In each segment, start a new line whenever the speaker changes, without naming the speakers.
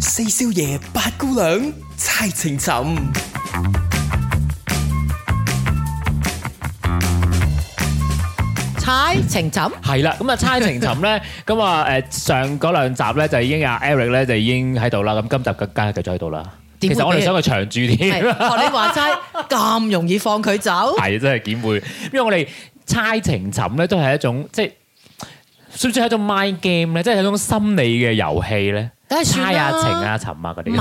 四少爺八姑娘猜情尋。
踩情枕，
係啦，咁啊猜情尋咧， 咁啊誒上嗰兩集咧就已經阿 Eric 咧就已經喺度啦，咁今集更加繼續喺度啦。其
點會
實我哋
俾
想佢長住
係
啲，
學你話齋咁容易放佢走，
係真係點會？因為我哋猜情尋咧都係一種即係。算唔算係一種 mind game 咧？即係一種心理嘅遊戲咧，
梗係算
猜
啦
啊情啊尋啊嗰
唔
啲。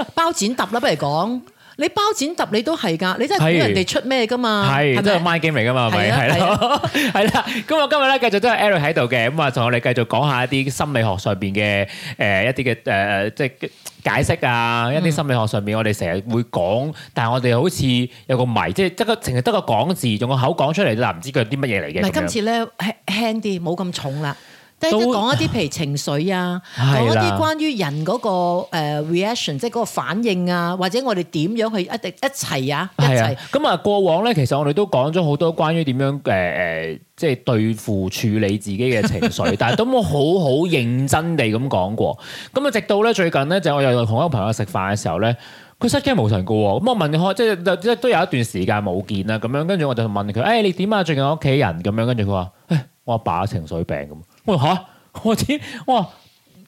係包剪揼啦，不如講你包剪揼你都係㗎，你真係估
係
人哋出咩㗎嘛？
係，
咪
即係 mind game 嚟噶嘛，係咪？
係啊
係咯， 係啦。咁我今日咧繼續都係 Eric 喺度嘅，咁啊，同我哋繼續講下一啲心理學上邊嘅誒一啲嘅誒誒，即係解釋啊，
嗯
一啲心理學上邊我哋成日會講，但係我哋好似有個謎，即係得個淨係得個講字，用個口講出嚟啦，唔知佢係啲乜嘢嚟嘅。
唔係
咁樣
今次咧輕輕啲，冇咁重啦。即係
都
講一啲譬如情緒啊，講
係
一
啦
啲關於人嗰個誒 reaction，即係嗰個反應啊，或者我哋點樣去一定一齊啊，一
係啊
齊，
咁啊，過往咧，其實我哋都講咗好多關於點樣誒誒、呃即係對付處理自己嘅情 緒，但係都冇好好認真地咁講過。咁啊，直到咧最近咧，就我又同一個朋友食飯嘅時候咧。佢失驚無神嘅喎，咁我問佢，即係即係都有一段時間冇見啦，咁樣跟住我就問佢，誒、你點啊？最近屋企人咁樣，跟住佢話，誒、我阿爸情緒病咁，我話吓，我知，我話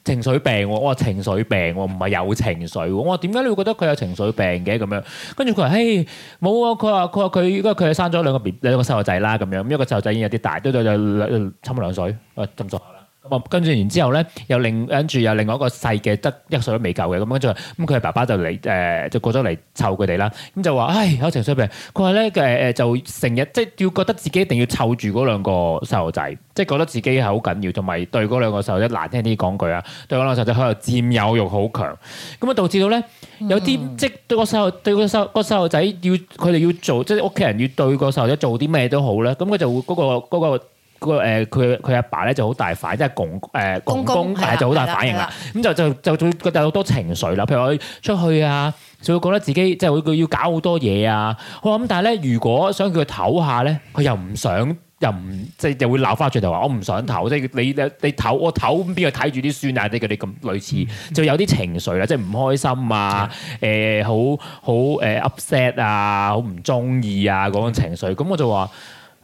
情緒病喎，我話情緒病喎，唔係有情緒喎，我話點解你會覺得佢有情緒病嘅咁樣？跟住佢話，誒冇啊！佢話佢話佢因為佢係生咗兩個 B 兩個細路仔啦，咁樣咁一個細路仔已經有啲大，都都有兩差唔多兩歲，誒咁上下啦。咁啊，跟住然之後咧，又另跟住有另外一個細嘅，得一歲都未夠嘅，咁跟住咁佢爸爸就嚟誒、就過咗嚟湊佢哋啦。咁就話，唉，有情緒病。佢話咧誒誒，就成日即係要覺得自己一定要湊住嗰兩個細路仔，即係覺得自己係好緊要，同埋對嗰兩個細路仔難聽啲講句啊，對嗰兩個細路仔佢有佔有欲好強。咁啊導致到咧有啲、即係對個細路對個細個細路仔要佢哋要做，即係屋企人要對個細路仔做啲咩都好咧，咁佢就會嗰、個嗰、個。嗰個誒佢佢阿爸咧就好大反，即係公誒公
公公
公，
係啦
但係啊就好大
係啦
反應
係
啦
啦。
咁就就就就會覺得有好多情緒啦，譬如我出去啊，就會覺得自己即係會要搞好多嘢啊。好啦，咁但係咧，如果想叫佢唞下咧，佢又唔想。又唔即係又會鬧翻轉頭話我唔想唞，即係你你你唞我唞咁邊個睇住啲孫啊？啲嗰啲咁類似，
嗯
就有啲情緒啦，即係唔開心啊，誒好好誒 upset 啊，好唔中意啊嗰種情緒。咁我就話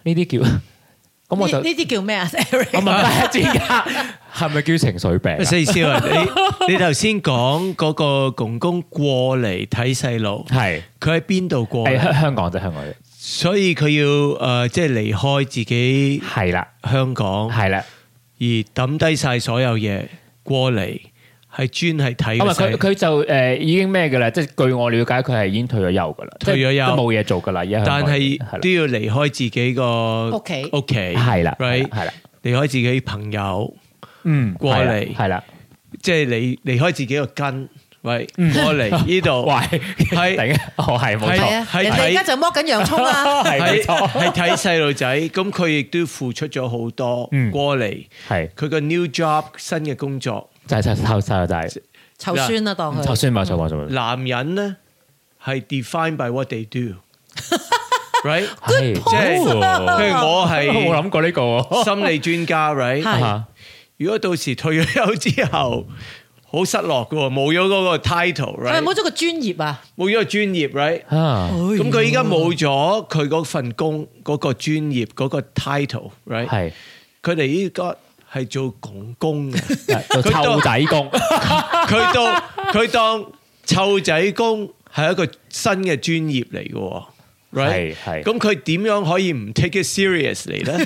呢啲叫 咁我
呢
就
呢啲叫咩啊
我
？Eric，
問 下專家係咪叫情緒病啊？
四少啊，你你頭先講嗰個公公過嚟睇細路，
係
佢喺邊度過嚟？
係香香港啫，香港啫
所以佢要诶，即係離開自己
係啦。
香港，而
係啦，
抌低晒所有嘢過嚟，係專係睇
咁
個
啊佢
細路。
佢就誒已經咩嘅啦，即係據我了解，佢係已經退咗休噶啦，
退咗休
即係都冇嘢做噶啦，而家
但
係
係都要離開自己個
屋企
屋企
係啦，係啦
right
係啦，
離開自己朋友，
嗯，
過
係啦
嚟
係啦，
即係離離開自己個根，喂，過 嚟呢度，
喂，
係
頂，哦係冇
係
錯，
啊，
係
人哋而家就剝緊洋葱啦，
係冇
係
錯，
係睇細路仔，咁佢亦都付出咗好多
嗯
過嚟，
係
佢個 new job 新嘅工作，
就係湊細路仔，
臭酸啦當
湊
佢。
孫嘛，湊孫嘛，
男人咧係 defined by what they do，right？
係
即係譬如我
我冇
係
諗過呢個喎，
心理專家
係
，right？
嚇
如果到時退咗休之後，好失落嘅喎，冇咗嗰個
係咪
title，right？
冇咗個專業啊？
冇咗個專業，right？
啊
咁佢依家冇咗佢嗰份工嗰個專業嗰個 title，right？
係
佢哋依家係做公公嘅。
就湊仔公，
佢當 佢當湊仔工係一個新嘅專業嚟嘅喎
係
，right？
係
咁佢點樣可以唔 take it seriously 咧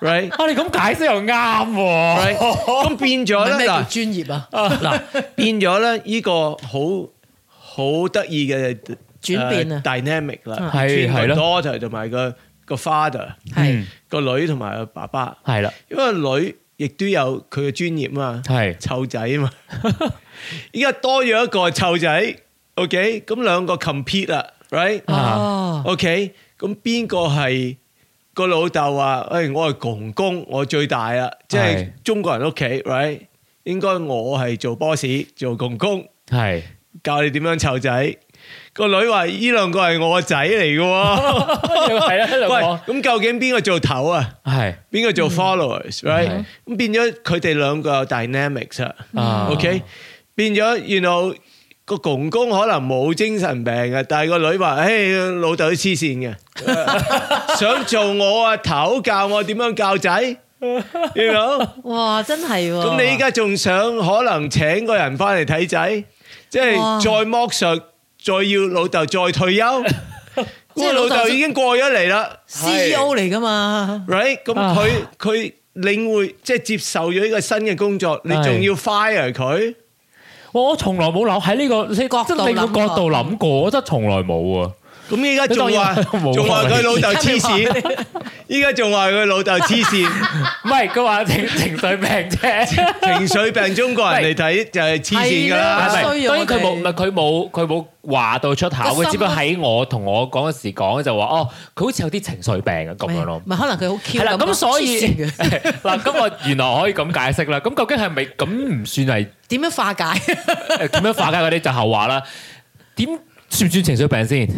？right
啊你咁解釋又啱喎，
right 咁變
唔係
咗
咩
咧
叫
嗱
專業啊？
嗱變咗咧呢個好好得意嘅
轉變啊
呃 dynamic 啦，
係係咯
daughter 同埋個個 father
係
個女同埋個爸爸，
係啦，
因為個女亦都有佢嘅專業嘛。
係
湊仔啊嘛， 依家多咗一個湊仔，OK，咁兩個 compete 啦，right，OK，、
啊
哦，
咁邊個係個老豆啊？誒、我係公公，我最大啦，即係
係
中國人屋企，right，應該我係做 boss，做公公，
係
教你點樣湊仔。個女話：依兩個係我個仔嚟嘅喎，
係啦，
喂，
兩
咁究竟邊個做頭啊？
個係
邊個
Ờ.
做 followers，right？咁變咗佢哋兩個有 dynamics 啊。
啊
OK，變咗，you know 個公公可能冇精神病嘅，但係個女話：，誒老豆都 黐線嘅，想做我阿頭教我點樣教仔 ，you know。
哇，真係喎！
咁你依家仲想可能請個人翻嚟睇仔，即
哇
係再剝削，再要老豆再 退休，
即係
嗰個老
老豆 E
豆已經過咗嚟啦
CEO 嚟噶嘛？
，right？咁
啊
佢佢領會即係接受咗呢個新嘅工作，你
係
仲要 fire 佢，
我我從來冇諗喺呢個即
角度
係另一個
諗過
角度諗過，我真係從來冇啊！
咁依家仲話
你 當然冇
仲話佢老豆 黐
而
線，依家仲話佢老豆黐線，
唔係佢話情情緒病 啫。
情緒病中國人嚟睇就係黐線㗎
唔
係
啦
啦。
係，
衰啊
當然佢
我哋
冇，唔係佢冇，佢冇話到出口。
個心
佢只不過
啊
喺我同我講嗰時講就話，哦，佢好似有啲情緒病嘅咁樣咯。
咪可能佢好 Q
係啦，咁
啊
所以
黐線嘅
嗱，咁我原來可以咁解釋啦。咁究竟係咪咁唔算係
點樣化解？
誒呃點樣化解嗰啲就後話啦？點算唔算情緒病先？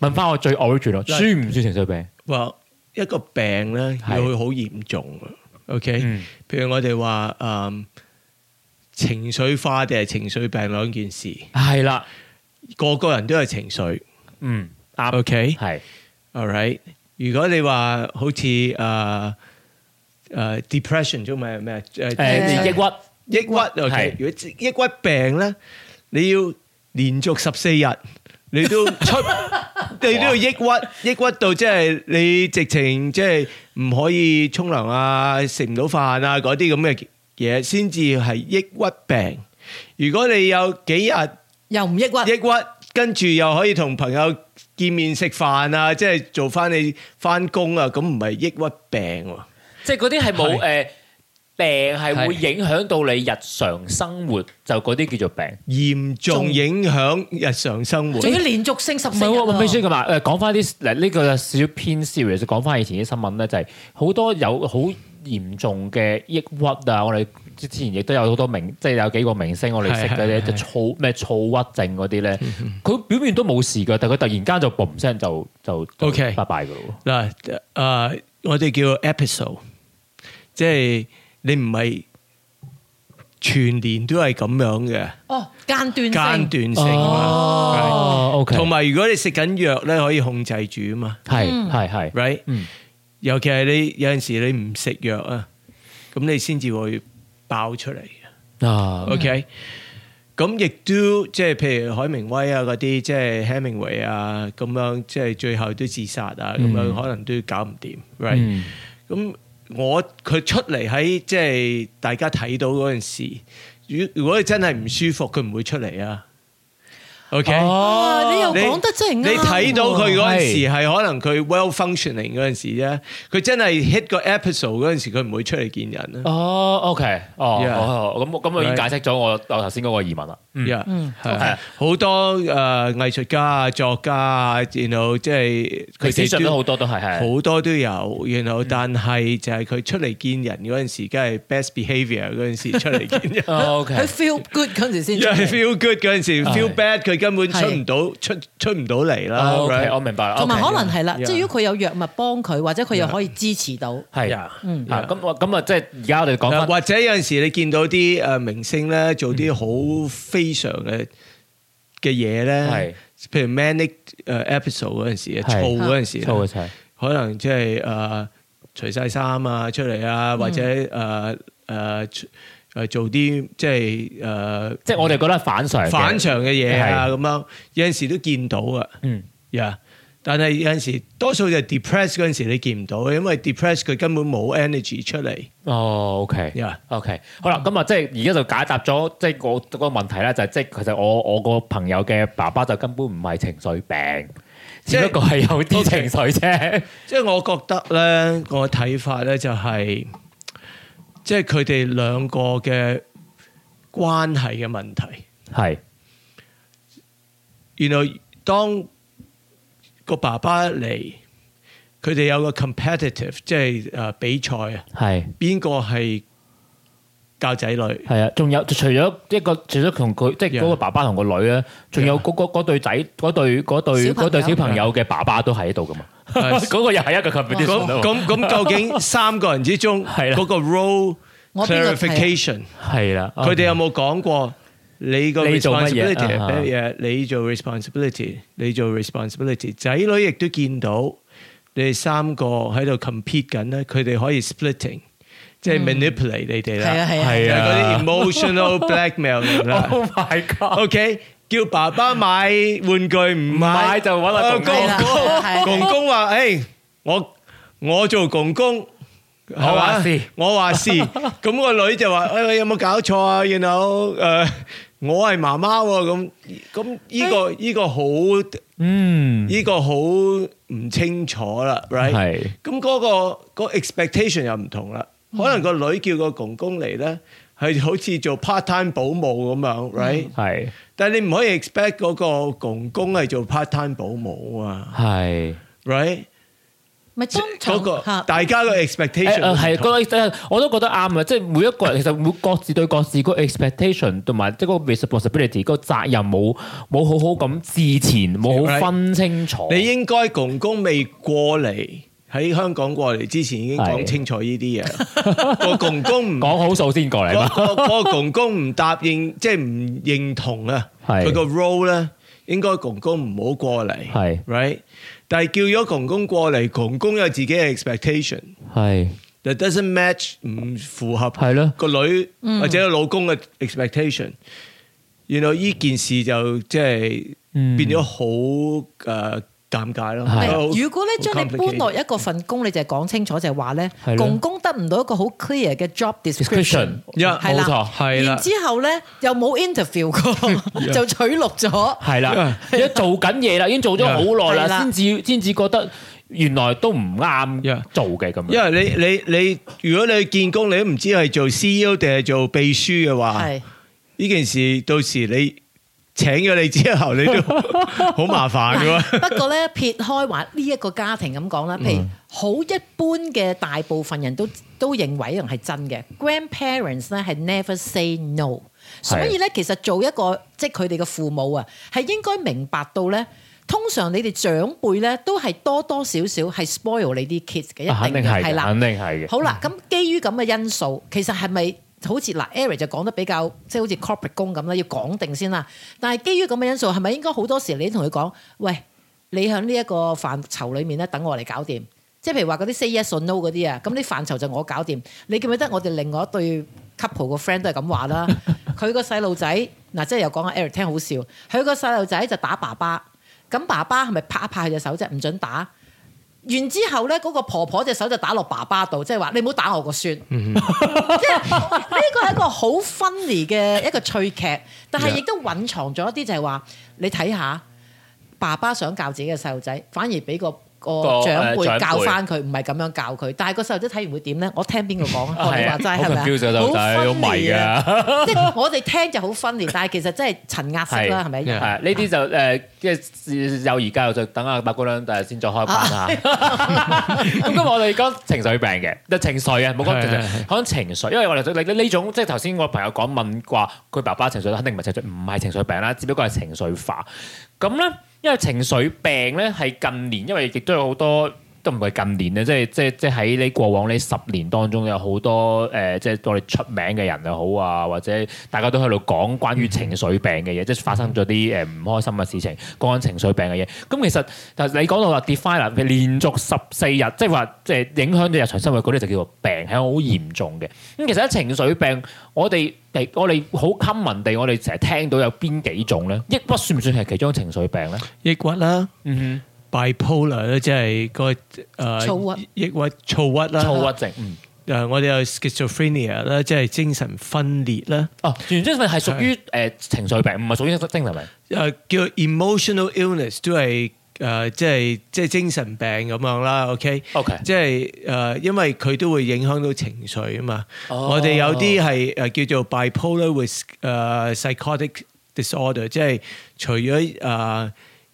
問翻我最 original，算唔算情緒病？
話一個病咧
係
要好嚴重啊，OK？、
嗯
譬如我哋話誒情緒化定係情緒病兩件事，
係啦，
個個人都有情緒
嗯，啱，
，OK？All
係
right？如果你話好似誒誒 depression 中文係咩誒
誒抑鬱
抑鬱
係
OK？如果抑鬱病咧，你要連續十四日。你都出，你都要抑鬱，抑鬱到即係你直情即係唔可以沖涼啊，食唔到飯啊嗰啲咁嘅嘢，先至係抑鬱病。如果你有幾日
又唔抑
抑
鬱，
鬱，跟住又可以同朋友見面食飯啊，即係做翻你翻工啊，咁唔係抑鬱病喎。
即係嗰啲係冇
係
誒病係會影響到你日常生活，就嗰啲叫做病。
嚴重
仲
影響日常生活。
仲要連續性十
唔
四
係
日
喎，秘書
喎。
咁啊！誒，講翻啲嗱，呢個少少偏 serious，講翻以前啲新聞咧，就係好多有好嚴重嘅抑鬱啊！我哋之前亦都有好多明，即係有幾個明星我哋識嘅咧，
係係係
就躁咩躁鬱症嗰啲 咧，佢表面都冇事㗎，但佢突然間就嘣聲就就就
OK
拜拜㗎咯
嗱，誒、我哋叫 episode，即係你唔係全年都係咁樣嘅
哦，間斷性
間斷
喎。
性啊。
哦，OK，
同埋如果你食緊藥咧，可以控制住啊嘛
係係係，
，right？
嗯
尤其係你有陣時你唔食藥啊，咁你先至會爆出嚟。
啊
OK，咁亦都即係譬如海明威啊嗰啲，即係 Hemingway 啊咁樣，即係最後都自殺啊咁樣，可能都搞唔掂，right？
嗯
咁我佢出嚟喺即係大家睇到嗰陣時，如如果佢真係唔舒服，佢唔會出嚟啊。OK，
哇！你又
你
講得真係啱
你
喎
睇到佢嗰陣時
係
係可能佢 well functioning 嗰陣時啫，佢真係 hit 個 episode 嗰陣時，佢唔會出嚟見人啊。
哦，OK，哦
Yeah
哦，咁咁我已經解釋咗我我頭先嗰個疑問啦。嗯
Yeah，
嗯
係啊好多誒藝術家啊、作家啊，然後即係佢
佢史上
哋
都
都
好多都係係。
好多都有，然
嗯
後但係就係佢出嚟見人嗰陣時，梗係 best behaviour 嗰陣時出嚟見 人。
哦
佢
，OK。
feel good 嗰陣時先
因
出
為
嚟，
feel good 嗰陣時
係
，feel bad 佢根本出唔到出出唔到嚟啦。
哦
right？
，OK，我明白啦。
同埋
OK
可能係啦，
Yeah
即係如果佢有藥物幫佢，或者佢又可以支持到。
係
Yeah，啊
嗯
啊，咁我咁啊，即係而家我哋講
嗱
翻
呃或者有陣時你見到啲誒明星咧做
嗯
啲好非常嘅嘅嘢
係
咧，譬如 manic 誒 episode 嗰陣時，
係
躁嗰陣時
粗
呢
一。齊，
可能即係誒除晒衫啊出嚟啊，
嗯
或者誒誒誒呃做啲即係誒
即係我哋覺得反常嘅
反，常嘅嘢啊
係
咁樣，有陣時都見到啊，
嗯，
呀！但係有陣時多數就 depress 嗰陣時你見唔到，因為 depress 佢根本冇 energy 出嚟，
哦，OK。
呀！
OK，好啦，咁啊，即係而家就解答咗，即係我個問題啦，就係即係其實我我個朋友嘅爸爸就根本唔係情緒病，
即
只
係
不過係有啲情緒啫。
即係我覺得咧，我睇法咧就係、即係佢哋兩個嘅關係嘅問題。
係，
原來當個爸爸嚟，佢哋有個 competitive，即係誒比賽啊，
係，
邊個係教仔女？
係啊，仲有除咗一個，除咗同佢即係
Yeah.
嗰個爸爸同個女咧，仲有嗰嗰嗰對仔，嗰對嗰對
小朋
嗰
友
對小朋友嘅爸爸都喺度噶嘛。
係
嗰個又係一個
咁
competition 啊嘛
咁咁，究 竟三個人之中
係啦
嗰個 role
我邊個睇啊
clarification，
係啦，
佢哋有冇講過你個
你做乜嘢
responsibility 係
啊
咩嘢？你做 responsibility，你做 responsibility。仔女亦都見到你哋三個喺度 compete 緊咧，佢哋可以 splitting，即係 manipulate 你哋啦，
係啊係啊
就
係
係嗰
啊
啲 emotional blackmail 啦。
à. Oh my god！
OK，叫爸爸買玩具唔買，
買就揾阿
啊
公公
係啦係
公公公話：，誒，我我做公公。
我話
係嘛
事
我話事，咁個女就話：，誒、有冇搞錯啊？You know，誒、ờ, 我係媽媽喎，咁咁呢個呢個好
嗯，
呢個好唔清楚啦，right？
係
咁嗰個嗰 expectation 又唔同啦。可能個女叫個公公嚟咧，係好似做 part time 保姆咁樣，right？
係
但係你唔可以 expect 嗰個公公係做 part time 保姆啊
係。
，right？
咪當
嗰
場
個
嚇
大家
誒
嘅 expectation
誒係，
唔同
嗰個我都覺得啱啊！即係每一個人其實每各自對各自個 expectation 同埋即係嗰個 responsibility 嗰個責任冇冇好好咁事前冇好分清楚。
你應該公公未過嚟喺香港過嚟之前已經講
係
清楚呢啲嘢，個公 公唔
講好數先過嚟
嗰
嘛？
個嗰個公公唔答應， 即係唔認同啊，
係
佢個 role 咧。應該公公唔好過嚟，
係
right？但係叫咗公公過嚟，公公有自己嘅 expectation。
係
that doesn't match 唔符合
係咯
個女或者個老公嘅 expectation。原來呢件事就即係
嗯
變咗好誒尷尬咯。
係
啊好
如果咧將你搬落
complicated
一個份工，你就係講清楚，就係話咧
係，咯
共工得唔到一個好 clear 嘅 job description，
description
Yeah，
係啦
冇錯
係啦
然之後咧又冇 interview 過，就取錄咗。
係 啦，而家做緊嘢啦，已經做咗好耐
係
啦，
啦
先至先至覺得原來都唔啱
Yeah
做嘅咁樣。
因為你你你，如果你去見工，你都唔知係做 E CEO 定係做秘書嘅話，
係
呢件事到時你請咗你之後，你 都好麻煩嘅喎。
不過咧，撇開話呢一個家庭咁講
嗯
啦，譬如好一般嘅大部分人都都認為一樣係真嘅，grandparents 咧係 never say no，所以咧其實做一個即係佢哋嘅父母啊，係應該明白到咧。通常你哋長輩咧都係多多少少係 spoil 你啲 kids 嘅，一
啊肯
定
定
嘅
係
係
嘅，
啦。
肯定係嘅。
好啦，咁基於咁嘅因素，其實係咪好似嗱 Eric 就講得比較即係好似 corporate 工咁啦，要講定先啦。但係基於咁嘅因素，係咪應該好多時你同佢講，喂，你喺呢一個範疇裡面咧，等我嚟搞掂。即係譬如話嗰啲 say yes or no 嗰啲啊，咁啲範疇就我搞掂。你記唔記得我哋另外一對 couple 個 friend 都係咁話啦？佢個細路仔嗱，即係又講阿 Eric 聽好笑，佢個細路仔就打爸爸，咁爸爸係咪拍一拍佢隻手啫？唔准打。完之後咧，嗰、個婆婆隻手就打落爸爸度，即係話你唔好打我個孫。即
嗯
係呢個係一個好 funny 嘅一個趣劇，但係亦都隱藏咗一啲就係話，你睇下爸爸想教自己嘅細路仔，反而俾個個
個
長
誒長輩
輩教翻佢，唔係咁樣教佢。但係個細路仔睇完會點咧？我聽邊個講啊？
係啊
學你話齋
好
係咪
confused
啊？
啊細路仔好迷
分離啊
㗎！
即係我哋聽就好 funny，但係其實真係陳壓式啦，係咪？
係啊呢啲就誒，即係幼兒教育就等阿白姑娘誒先再開班啊
啊
嚇。 咁今日我哋講情緒病嘅，即係情緒啊，冇講情
係係
緒，講情緒。因為我哋呢呢種即係頭先我朋友講問話，佢爸爸情緒肯定唔係情緒，唔係情緒病啦，只不過係情緒化。咁咧，因為情緒病咧係近年，因為亦都有好多。都唔係近年啊咧，即係即係即係喺你過往呢十年當中，有好多誒、呃即係我哋出名嘅人又好啊，或者大家都喺度講關於情緒病嘅嘢，即係發生咗啲誒唔開心嘅事情，講緊情緒病嘅嘢。咁其實但係你講到話 define 啦，連續十四日，即係話即係影響咗日常生活嗰啲就叫做病，係好嚴重嘅。咁其實喺情緒病，我哋係我哋好 common 地，我哋成日聽到有邊幾種咧？抑鬱算唔算係其中情緒病咧？
抑鬱啦
嗯
，bipolar 咧，即係個誒呃
躁鬱
抑鬱、躁鬱啦，
哼，躁鬱症，嗯。
誒，我哋有 schizophrenia 啦，即係精神分裂啦，
哦，原精神係屬於誒情緒病，唔係屬於精神病。
誒呃叫 emotional illness 都係誒，即係即係精神病咁樣啦。OK，
OK
即係誒，因為佢都會影響到情緒啊嘛。
哦
我哋有啲係誒叫做 bipolar with 誒 psychotic disorder，即係除咗誒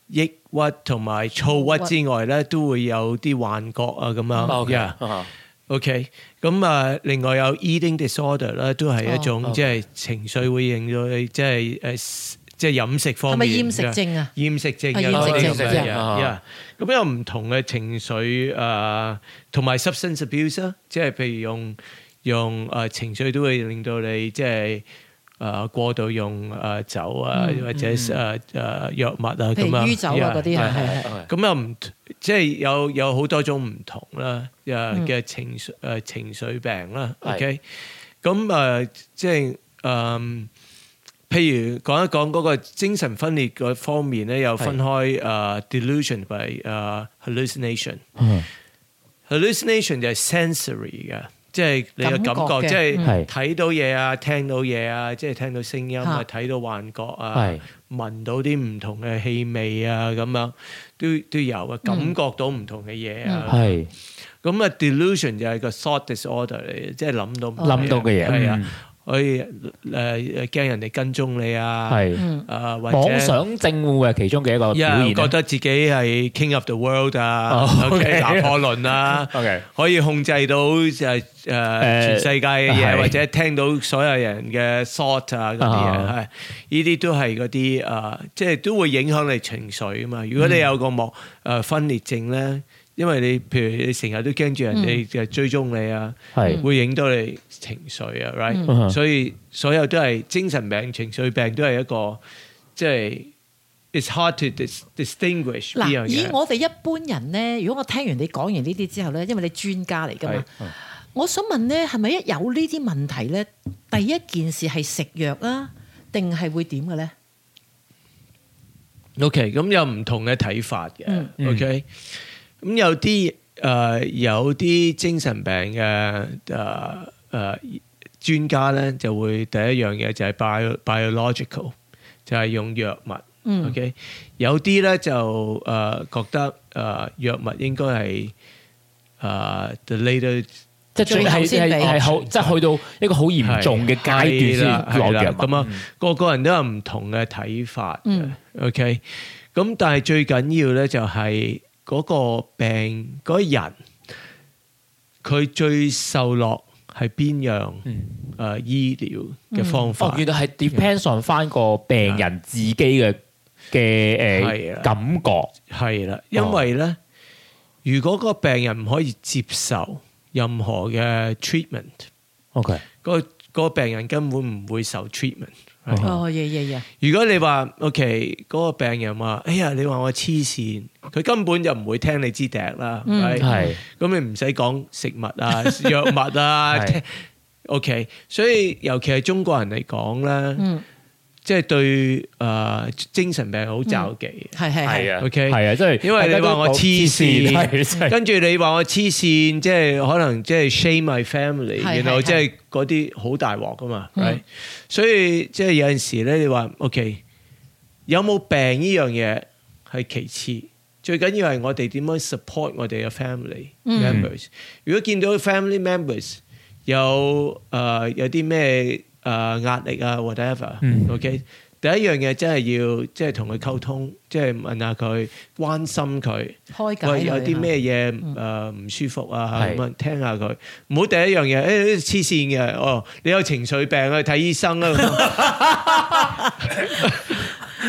抑鬱同埋躁鬱之外咧，都會有啲幻覺啊咁樣。Yeah
哦
OK，咁啊，另外有 eating disorder 啦，都係一種即係情緒會令到你即係誒，即係飲食方面。
係咪厭食症啊
厭食症
啊厭
食症
咁
係
樣
啊
咁有唔同嘅情緒誒，同埋 substance abuse 啦，即係譬如用用誒情緒都會令到你即係誒過度用誒酒啊，或者誒誒藥物啊
譬
咁
如
啊，
酗酒啊嗰啲係係係
咁又唔即係有有好多種唔同啦，誒嘅情緒誒情緒病啦
係
，OK，咁誒即係誒，譬如講一講嗰個精神分裂嗰方面咧，又分開誒 delusion 同埋誒 hallucination。hallucination 就係 sensory 嘅，即係你嘅
感
感
覺嘅
覺，即
嗯
係睇到嘢啊、聽到嘢啊，即係聽到聲音啊
嚇、
睇到幻覺啊
係、
聞到啲唔同嘅氣味啊，咁樣都都有啊，感覺到唔同嘅嘢啊。
係
咁啊，delusion 就係個 thought disorder 嚟嘅，即係諗到唔同
諗到嘅嘢，
係啊
嗯，
可以誒誒驚人哋跟蹤你啊，
係
嗯
啊或者
妄想症會唔會係其中嘅一個表
又
現
覺
咧
得自己係 King of the World 啊
哦，OK
，OK，拿破崙啊。
？OK，
可以控制到誒誒全世界嘅
係
嘢，或者聽到所有人嘅 thought 啊嗰啲嘢，
啊
係呢啲都係嗰啲誒，即係都會影響你情緒啊嘛。如果
嗯
你有個莫誒分裂症咧，因為你譬如你成日都驚住人哋嘅追蹤你啊，
嗯係
會影到你情緒啊
嗯
嗯
，right？所以所有都係精神病、情緒病都係一個即係 it's hard to dis distinguish 呢樣
嗱，以
嘢。
我哋一般人咧，如果我聽完你講完呢啲之後咧，因為你專家嚟噶嘛，
嗯
我想問咧，係咪一有呢啲問題咧，第一件事係食藥啊，定係會點嘅咧？
OK，咁有唔同嘅睇法嘅
嗯。
OK，咁有啲誒、呃有啲精神病嘅誒誒專家咧，就會第一樣嘢就係 bio biological，就係用藥物。
嗯
OK，有啲咧就誒、呃、覺得誒、呃、藥物應該係誒、呃 the later
即係最
最後
係
先
係
俾
係好，即係去到一個好嚴重嘅階段先
係
落
啦
藥物
咁啊，個個人都有唔同嘅睇法嘅
嗯。
OK，咁但係最緊要咧就係嗰個病嗰個人，佢最受落係邊樣
嗯
誒醫療嘅方
哦
法，？
原來係 depends on 翻個病人自己嘅嘅
係
誒
啊
感覺，
係啦，因為咧，如果個病人唔可以接受任何嘅 treatment，
OK，
嗰嗰個病人根本唔會受 treatment。
嗯
哦，耶耶耶，
如果你話 OK 嗰個病人話，哎呀，你話我黐線，佢根本就唔會聽你支笛啦，
嗯
係咪
係
咁你唔使講食物 啊、藥物啊
係
聽，OK。所以尤其係中國人嚟講咧，
嗯，
即係對誒、呃精神病好罩忌。
係係係。
啊
OK
係啊，即係
因為你
大家都
話我
講
黐線
係真係
跟住你話我黐線，即係可能即係 shame my family，
係
然後
係
即係嗰啲好大鑊噶嘛
嗯
，right？所以即係有陣時咧，你話 OK，有冇病呢樣嘢係其次，最緊要係我哋點樣 support 我哋嘅 family
嗯
members。如果見到 family members 有誒有啲咩誒壓力啊 whatever，OK。第一樣嘢真係要即係同佢溝通，即係問下佢，關心佢。
開解佢
喂，有啲
啊
咩嘢誒唔舒服啊？
係
咁啊，聽下佢。唔好第一樣嘢，誒黐線嘅，哦，你有情緒病去睇醫生啦。咁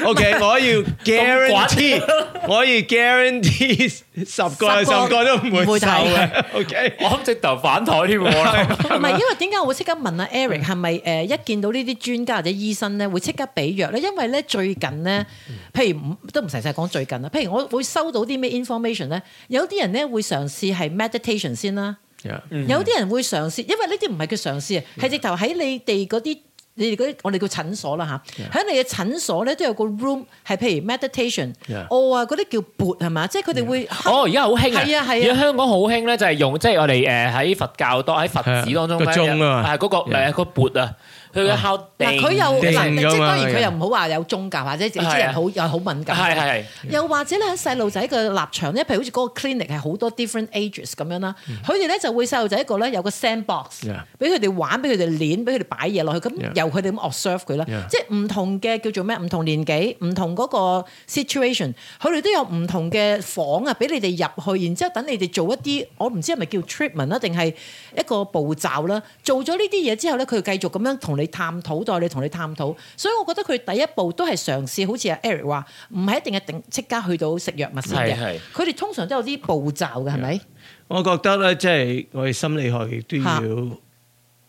OK，我可以 guarantee，我 可以 guarantee 十個有
十個
十個都唔
唔會
會受
睇
嘅。OK，à.
我諗直頭反台 添喎，
唔係，因為點解我會即刻問啊
嗯
Eric 係咪誒一見到呢啲專家或者醫生咧，會即刻俾藥咧？因為咧
嗯
最近咧，譬如唔都唔使晒講最近啦，譬如我會收到啲咩 information 咧，有啲人咧會嘗試係 meditation 先啦，
Ừ. 嗯
有啲人會嘗試，因為呢啲唔係佢嘗試啊，係直頭喺你哋嗰啲。你哋嗰啲我哋叫診所啦吓，喺你嘅診所咧都有個 room 係譬如 meditation，
Yeah.
哦啊嗰啲叫缽係嘛，即係佢哋會
哦，而家好興啊！
係啊係啊
而家香港好興咧，就係用即係我哋誒喺佛教多喺佛寺當中咧
個鐘啊嘛
係嗰個誒個缽啊，佢嘅敲
嗱，
定
佢又
定
嗱，即係
㗎嘛
當然佢
係
又唔好話有宗教或者自己啲
係啊
人好又好敏感。
係係係
又或者咧喺細路仔嘅立場咧，譬如好似嗰個 clinic 係好多 different ages 咁樣啦，佢哋咧就會細路仔一個咧有個 sandbox，
嗯 Yeah
俾佢哋玩，俾佢哋練，俾佢哋擺嘢落去，咁
Yeah
由佢哋咁 observe 佢啦。
Yeah
即係唔同嘅叫做咩？唔同年紀，唔同嗰個 situation，佢哋都有唔同嘅房啊，俾你哋入去，然之後等你哋做一啲，我唔知係咪叫 treatment 啊啦，定係一個步驟啦。做咗呢啲嘢之後咧，佢繼續咁樣同你探討，代你同你探討。所以我覺得佢第一步都係嘗試，好似阿 Eric 話，唔係一定係定即刻去到食藥物先嘅
係係，
佢哋通常都有啲步驟嘅，係咪？
我覺得咧，即係我哋心理學亦都要
嚇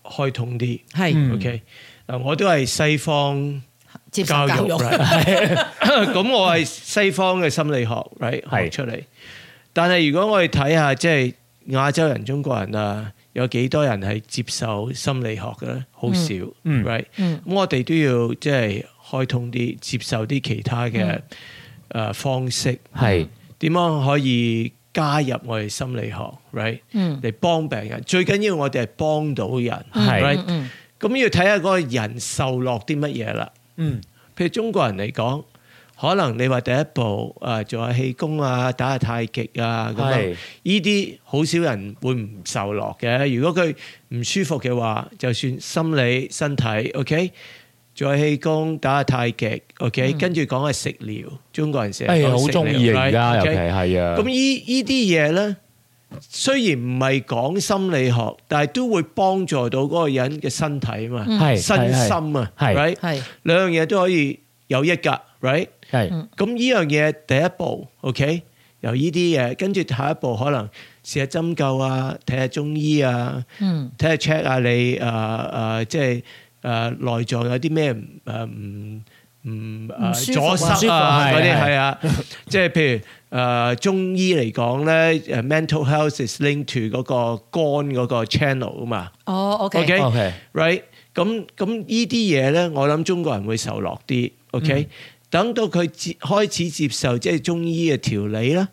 開通啲。
係
OK，嗱，我都係西方
接受
教
教
育
育，
，right？咁 我係西方嘅心理學，right
係
學出嚟。但係如果我哋睇下即係亞洲人、中國人啊，有幾多人係接受心理學嘅咧？好少
嗯
，right？
嗯
咁我哋都要即係開通啲，接受啲其他嘅
嗯
誒方式。
係
點樣可以加入我哋心理學，right？
嗯
嚟幫病人，最緊要我哋係幫到人
係
，right？
嗯嗯
咁要睇下嗰個人受落啲乜嘢啦。
嗯
譬如中國人嚟講，可能你話第一步誒、啊做下氣功啊，打下太極啊咁樣
係，
呢啲好少人會唔受落嘅。如果佢唔舒服嘅話，就算心理、身體，OK，做下氣功，打下太極，OK，、跟住講下食療，中國人成日
誒
講
好
食
中意啊！
療
而家尤
right，
其
OK？
係啊，
咁依依啲嘢咧，雖然唔係講心理學，但係都會幫助到嗰個人嘅身體啊嘛，
係
身心啊
係
，right
嗯係
兩樣嘢都可以有益㗎，right？
係
咁呢樣嘢第一步，OK，由呢啲嘢，跟住下一步可能試下針灸啊，睇下中醫啊，
嗯
睇下 check 下你誒誒、呃呃即係誒、呃、內臟有啲咩唔誒唔唔
唔
誒
舒服啊
阻
唔舒
塞
服
啊
啊
嗰啲
係
係啊，即係譬如誒、呃中醫嚟講咧，誒 mental health is linked to 嗰個肝嗰個 channel 啊嘛
哦，OK，
OK
OK
，right？咁咁呢啲嘢咧，我諗中國人會受落啲，OK？、等到佢接開始接受即係中醫嘅調理啦，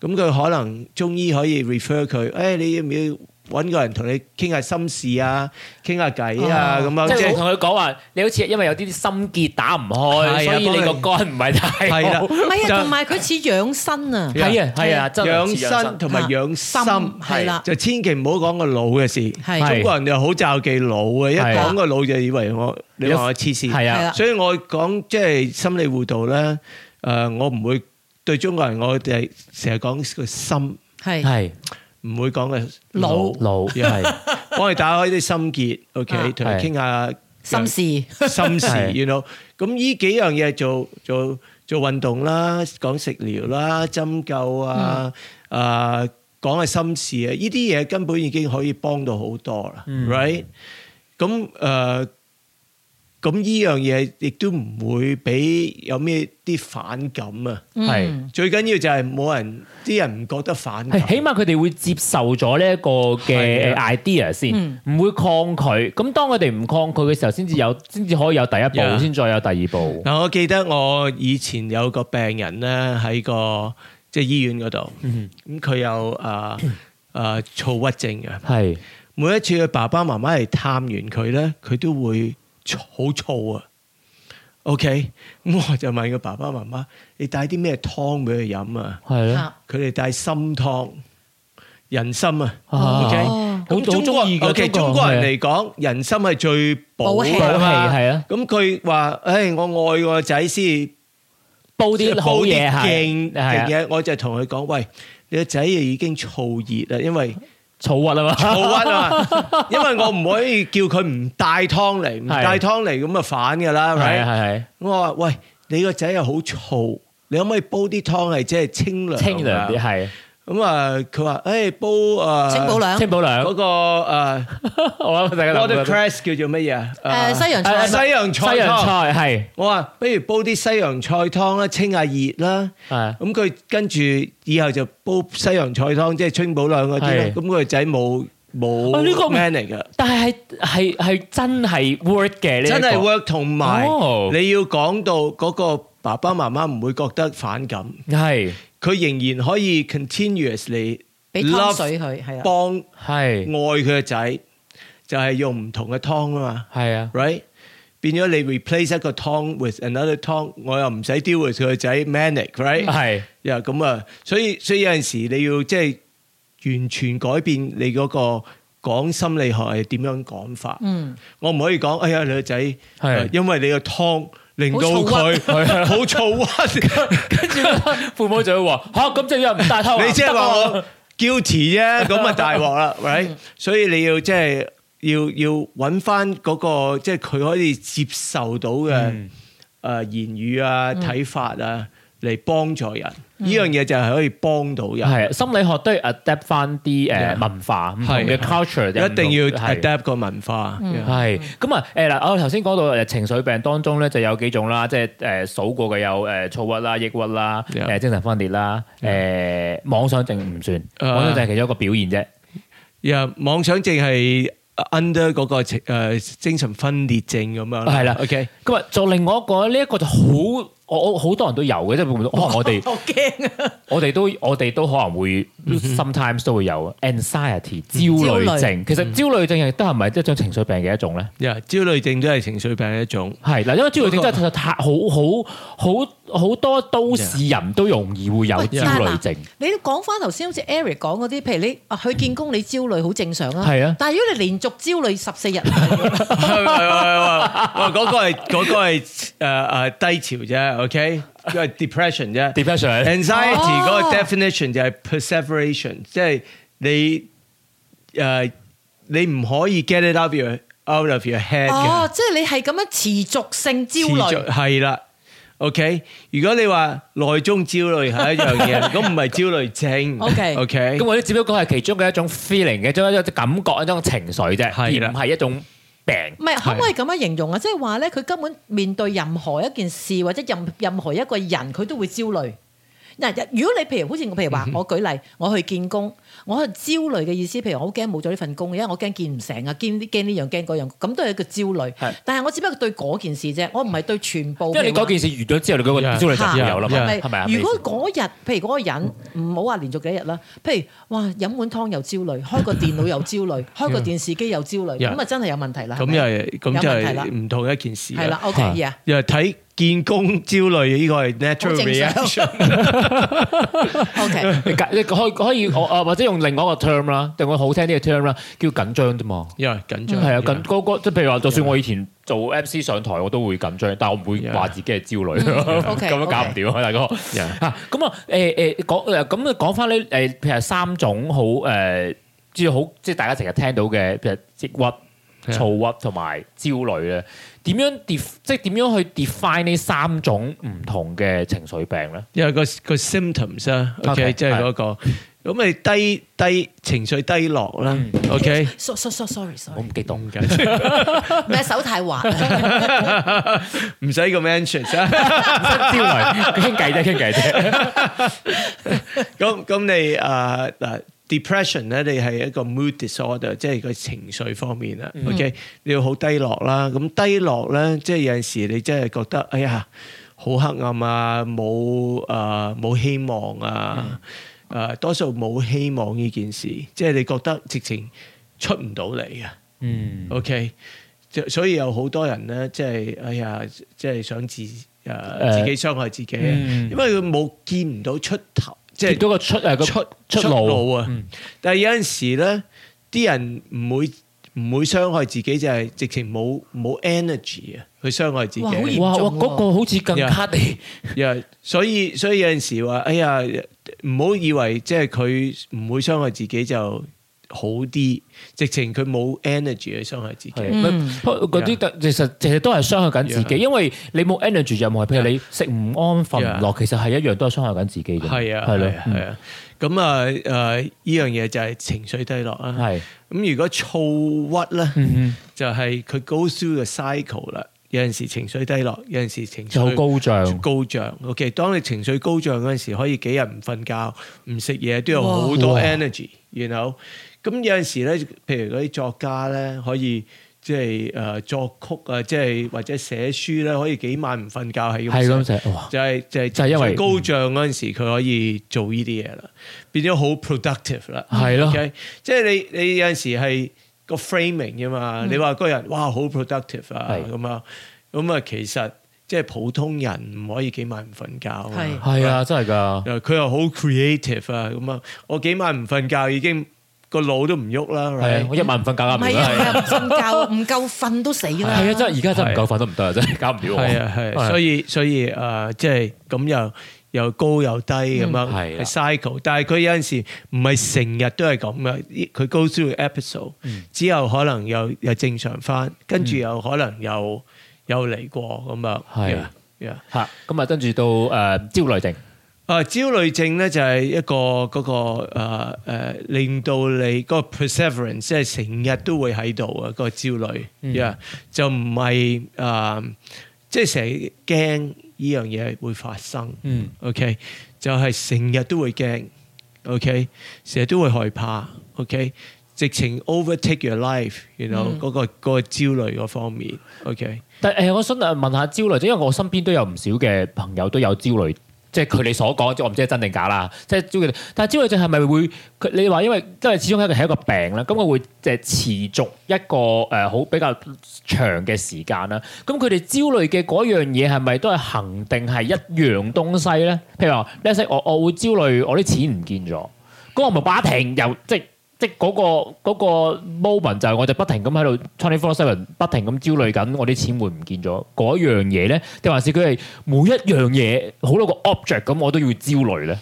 咁佢可能中醫可以 refer 佢，誒、你要唔要揾個人同你傾下心事啊，傾下偈啊
哦
咁樣，
即
即
係我同
係
佢講話，你好似因為有啲啲心結打唔開，
係啊
所以你個肝唔係
係
太
啦
好。
唔係
就
啊，同埋佢似養生啊，
係啊係啊，真係似
養生同埋養心
心係啦
就千祈唔好講個腦嘅事。
係
中國人就好罩忌腦嘅，一
係
講個腦就以為我你話我黐線。
係
係
啊
啦
所以我講即係心理輔導咧，誒、呃我唔會對中國人，我哋成日講個心，
係
係
唔會講個
腦
老係
幫佢打開啲心結
啊
，OK，同佢傾下
心事。
心事
係
，you know。咁呢幾樣嘢做做做運動啦，講食療啦，針灸啊，誒講下心事啊，呢啲嘢根本已經可以幫到好多啦，right？咁誒，咁呢樣嘢亦都唔會俾有咩啲反感啊。
嗯
係。
最緊要就係冇人，啲人唔覺得反感
係，。起碼佢哋會接受咗呢一個嘅
係
idea 先，唔會抗拒。咁當佢哋唔抗拒嘅時候，先至有，先至可以有第一步，
Yeah
先再有第二步。
嗱，我記得我以前有個病人咧喺個即係醫院嗰度，咁佢有啊啊躁鬱症嘅。
係
每一次佢爸爸媽媽嚟探完佢咧，佢都會好燥啊。OK，咁我就問佢爸爸媽媽：你帶啲咩湯俾佢飲啊？
係咯，
佢哋帶心湯，人參啊。
啊
OK，
哦
好
咁中
好中意
國
㗎
OK，中
中
國
國
人嚟講，人參係最補
補氣
㗎
係
嘛
啊係啊，
咁佢話：，唉，我愛個仔先。
煲啲好嘢
煲啲勁
係，
勁
係啊，
嘢，我就同佢講：，喂，你個仔已經燥熱啦，因為
草屈啊嘛，
燥鬱啊 嘛，因為我唔可以叫佢唔帶湯嚟，唔
係
帶湯嚟咁啊反㗎啦，係
係啊
咪？
係
我話：喂，你個仔又好燥，你可唔可以煲啲湯係即係 清
係
涼啊？
清涼啲係，
咁啊，佢話：，誒煲
呃
啊，
清補涼
清補涼
嗰。個誒
我諗大家
watercress 叫做乜嘢啊？
誒西洋
啊
菜
西洋菜
西洋
湯。
菜係
我話：不如煲啲西洋菜湯啦，清下熱啦。
係
咁佢跟住以後就煲西洋菜湯，即係春寶兩嗰啲咧。
係
咁佢個仔冇
啊呢個
冇
唔
man 嚟嘅，
但係係係係真係 work 嘅呢一個
真係 work 同埋
哦
你要講到嗰個爸爸媽媽唔會覺得反感，
係
佢仍然可以 continuously
俾湯水佢係啊啦，
幫愛
係
佢個仔，就係用唔同嘅湯啊嘛
係啊
，right？變咗你 replace 一個湯 with another 湯，我又唔使 deal with 佢個仔 manic，right？
係
呀咁啊，所以所以有陣時你要即係完全改變你嗰個講心理學係點樣講法。
嗯，
我唔可以講，哎呀你個仔，呃因為你個湯令到佢 好燥鬱，
跟住父母就會話嚇咁即係有人唔帶頭
你即係話我 guilty 啫，咁啊大鑊啦，right？所以你要即係要要揾翻嗰個即係佢可以接受到嘅誒言語啊、睇法啊，嚟幫助人，呢樣嘢就係可以幫到人。
係心理學都要 adapt 翻啲誒
Yeah
文化唔同嘅
係
culture，
一定要
唔同係
adapt 個文化。嗯
係咁啊誒嗱，我頭先講到誒情緒病當中咧就有幾種啦，即係誒數過嘅有誒躁鬱啦、抑鬱啦、
Yeah
誒精神分裂啦、誒妄想症唔算，
啊
妄想症係其中一個表現啫。
呀，妄想症係 under 嗰個誒精神分裂症咁樣啦。
係啦
，OK。
咁啊，做另外一個呢一個就好，我我好多人都有嘅，即係會唔會可能我 哋
我驚啊！
我哋都我哋都可能會
嗯
sometimes 都會有 anxiety 焦慮症。其
嗯
實焦慮症亦都係咪一種情緒病嘅一種咧？
呀，焦慮症都係情緒病嘅一種。
係嗱，因為焦慮症真係太太好好好好多都市人都容易會有
喂
焦
但係啊
慮
嗱
症。
你講翻頭先好似 Eric 講嗰啲，譬如你啊去見工你焦慮好正常啊，
係啊
但係如果你連續焦慮十 四日，係
喂喂喂喂喂嗰個係嗰個係誒誒低潮啫，OK，因為 depression 啫。
depression
Anxiety 嗰
哦
個 definition 就係 perseveration，即 ờ, 係你誒你唔可以 get it out of your out of your head 嘅
哦，。即係你係咁樣持續性焦
持
慮
續，係啦。OK，如果你話內中焦慮係一 樣嘢，咁唔係焦慮症。
OK
OK，
咁我啲只不過係其中嘅一種 feeling 嘅，一種一種感覺，一種情緒啫，而
係啦
唔係一種病。
唔係可唔可以咁樣形容啊？即係話咧，佢根本面對任何一件事或者任任何一個人，佢都會焦慮。嗱，如果你譬如好似我譬如話，我舉例，我去見工，我係焦慮嘅意思，譬如我好驚冇咗呢份工，因為我驚見唔成啊，驚驚呢樣驚嗰樣，咁都係一個焦慮
係。
但係我只不過對嗰件事啫，我唔係對全部。
因為你嗰件事完咗之後，你嗰個
Yeah
焦慮症就會有啦嘛，
Yeah
係咪啊？
如果嗰日，譬如嗰個人，唔好話連續幾日啦，譬如哇飲碗湯又焦慮，開個電腦又焦慮，開個電視機又焦慮，
Yeah
咁啊真係有問題啦。係
咁
咪
又係咁就
有問題啦
係唔同一件事。
係啦，OK 啊。
又係睇見工焦慮呢個係
好
natural
正常
reaction。
O K，
你解你可以可以我啊，或者用另外一個 term 啦，定我好聽啲嘅 term 啦，叫緊張啫嘛。
因為緊張
係啊，緊嗰個即係譬如話，就算我以前做 MC 上台，我都會緊張，但係我唔會話自己係焦慮，
OK，
咁樣搞唔掂啊，大哥。啊咁啊，誒誒講誒咁啊，講翻呢誒，譬如三種好誒，即係好即係大家成日聽到嘅，譬如抑鬱、
Yeah
躁鬱同埋焦慮咧，點樣 def 即係點樣去 define 呢三種唔同嘅情緒病咧？
因為個個 symptoms 啊
OK，
，OK，即係
係
嗰個咁你低低情緒低落啦，OK，
，so so so sorry
我
sorry，
唔激動。
唔緊要，
咩手太滑，
唔使咁 anxious 啊。
焦慮，傾偈啫，傾偈啫。
咁咁你誒嗱 depression 咧，你係一個 mood disorder，即係個情緒方面啦，OK，你要好低落啦。咁低落咧，即係有陣時你真係覺得，哎呀，好黑暗啊，冇誒冇希望啊，誒多數冇希望呢件事，即係你覺得直情出唔到嚟啊。
嗯，
OK，即所以有好多人咧，即係哎呀，即係想自誒、
誒
自己傷害自己，
嗯
因為佢冇見唔到出頭，
即
即係
係個出誒個
出
出路嗯
啊！但係有陣時咧，啲人唔會唔會傷害自己，就係、直情冇冇 energy 啊，去傷害自己。
哇好嚴
哇哇，
重喎
嗰個好似更加 地
呀所以所以有陣時話，哎呀，唔好以為即係佢唔會傷害自己就好啲，直情佢冇 energy 去傷害自己。
係嗰啲特其實其實都係傷害緊自己，
Yeah
因為你冇 energy 任何，譬如你食唔安瞓唔落，
Yeah à,
其實係一樣都係傷害緊自己嘅。
係啊，
係咯
係啊，係啊。咁啊，誒，呢樣嘢就係情緒低落
嗯
啦。
係
咁如果躁鬱咧，
嗯
就係佢 go through 個 cycle 啦。有陣時情緒低落，有陣時情
就好
緒
高漲。
高漲。OK，當你情緒高漲嗰陣時，可以幾日唔瞓覺、唔食嘢，都有好多
哇
energy。You know，咁有陣時咧，譬如嗰啲作家咧，可以即係誒作曲啊，即係或者寫書咧，可以幾晚唔瞓覺係咁
係
寫
咁就係哇，
就係就係
就係因為
高漲嗰陣時，佢可以做呢啲嘢啦，變咗好 productive 啦。
係咯
OK，即係你你有陣時係個 framing 啫嘛。你話嗰個人哇好 productive 啊
嗯係
咁啊，咁啊其實即係普通人唔可以幾晚唔瞓覺
係
啊。
係啊，真係㗎。
誒佢又好 creative 啊咁啊，我幾晚唔瞓覺已經個腦都唔喐啦。
係啊
right？
我一晚唔瞓覺
唔
搞唔掂
係啊，
啦。
又唔瞓覺，唔 夠瞓都死
係
啦。
啊，真係而家真係唔夠瞓都唔得啊，真係搞唔掂我。
係啊係，所
以
以所以誒、呃即係咁又又高又低咁樣，
係啦
係 cycle。但係佢有陣時唔係成日都係咁嘅，佢 go through episode 之後可能又又正常翻，跟住又可能又又嚟過咁樣。
係
啊 Yeah.
嚇，咁啊跟住到誒焦慮症，
啊，焦慮症咧就係一個嗰、個誒、呃呃令到你嗰個 perseverance，即係成日都會喺度啊，個焦慮，yeah，就唔係誒，即係成日驚呢樣嘢會發生。
嗯
OK，就係成日都會驚，OK，成日都會害怕，OK，直情 overtake your life，you know 嗰、個嗰、個焦慮嗰方面，OK，
但誒我想誒問下焦慮症，因為我身邊都有唔少嘅朋友都有焦慮，即係佢哋所講，即係我唔知係真定假啦，即係焦慮。但係焦慮症係咪會佢你話因為因為始終係一個係一個病啦，咁佢會即係持續一個誒好、比較長嘅時間啦。咁佢哋焦慮嘅嗰樣嘢係咪都係恒定係一樣東西咧？譬如話，呢識我我會焦慮，我啲錢唔見咗，咁我咪不停又即。即係嗰、個嗰、個 moment 就係我就不停咁喺度 twenty four seven 不停咁焦慮緊，我啲錢會唔見咗嗰樣嘢咧？定還是佢係每一樣嘢好多個 object 咁，我都要焦慮咧？
誒、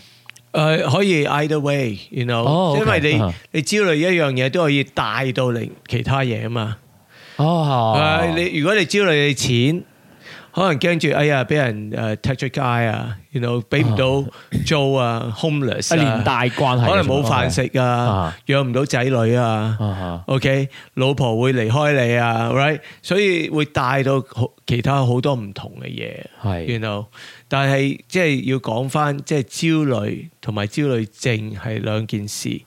呃可以 either way，you know，、
哦
因為
OK，
你、
啊
你焦慮一樣嘢都可以帶到嚟其他嘢啊嘛。
哦
誒，你如果你焦慮你錢，可能驚住哎呀俾人誒踢出街啊，you know 俾唔
哦
到租啊，homeless 啊，
連帶關係嘅
可能冇飯食啊
啊，
養唔到仔女
啊
啊。
啊
OK，老婆會離開你啊，right，所以會帶到好其他好多唔同嘅嘢。
係
you know，但係即係要講翻，即係焦慮同埋焦慮症係兩件事。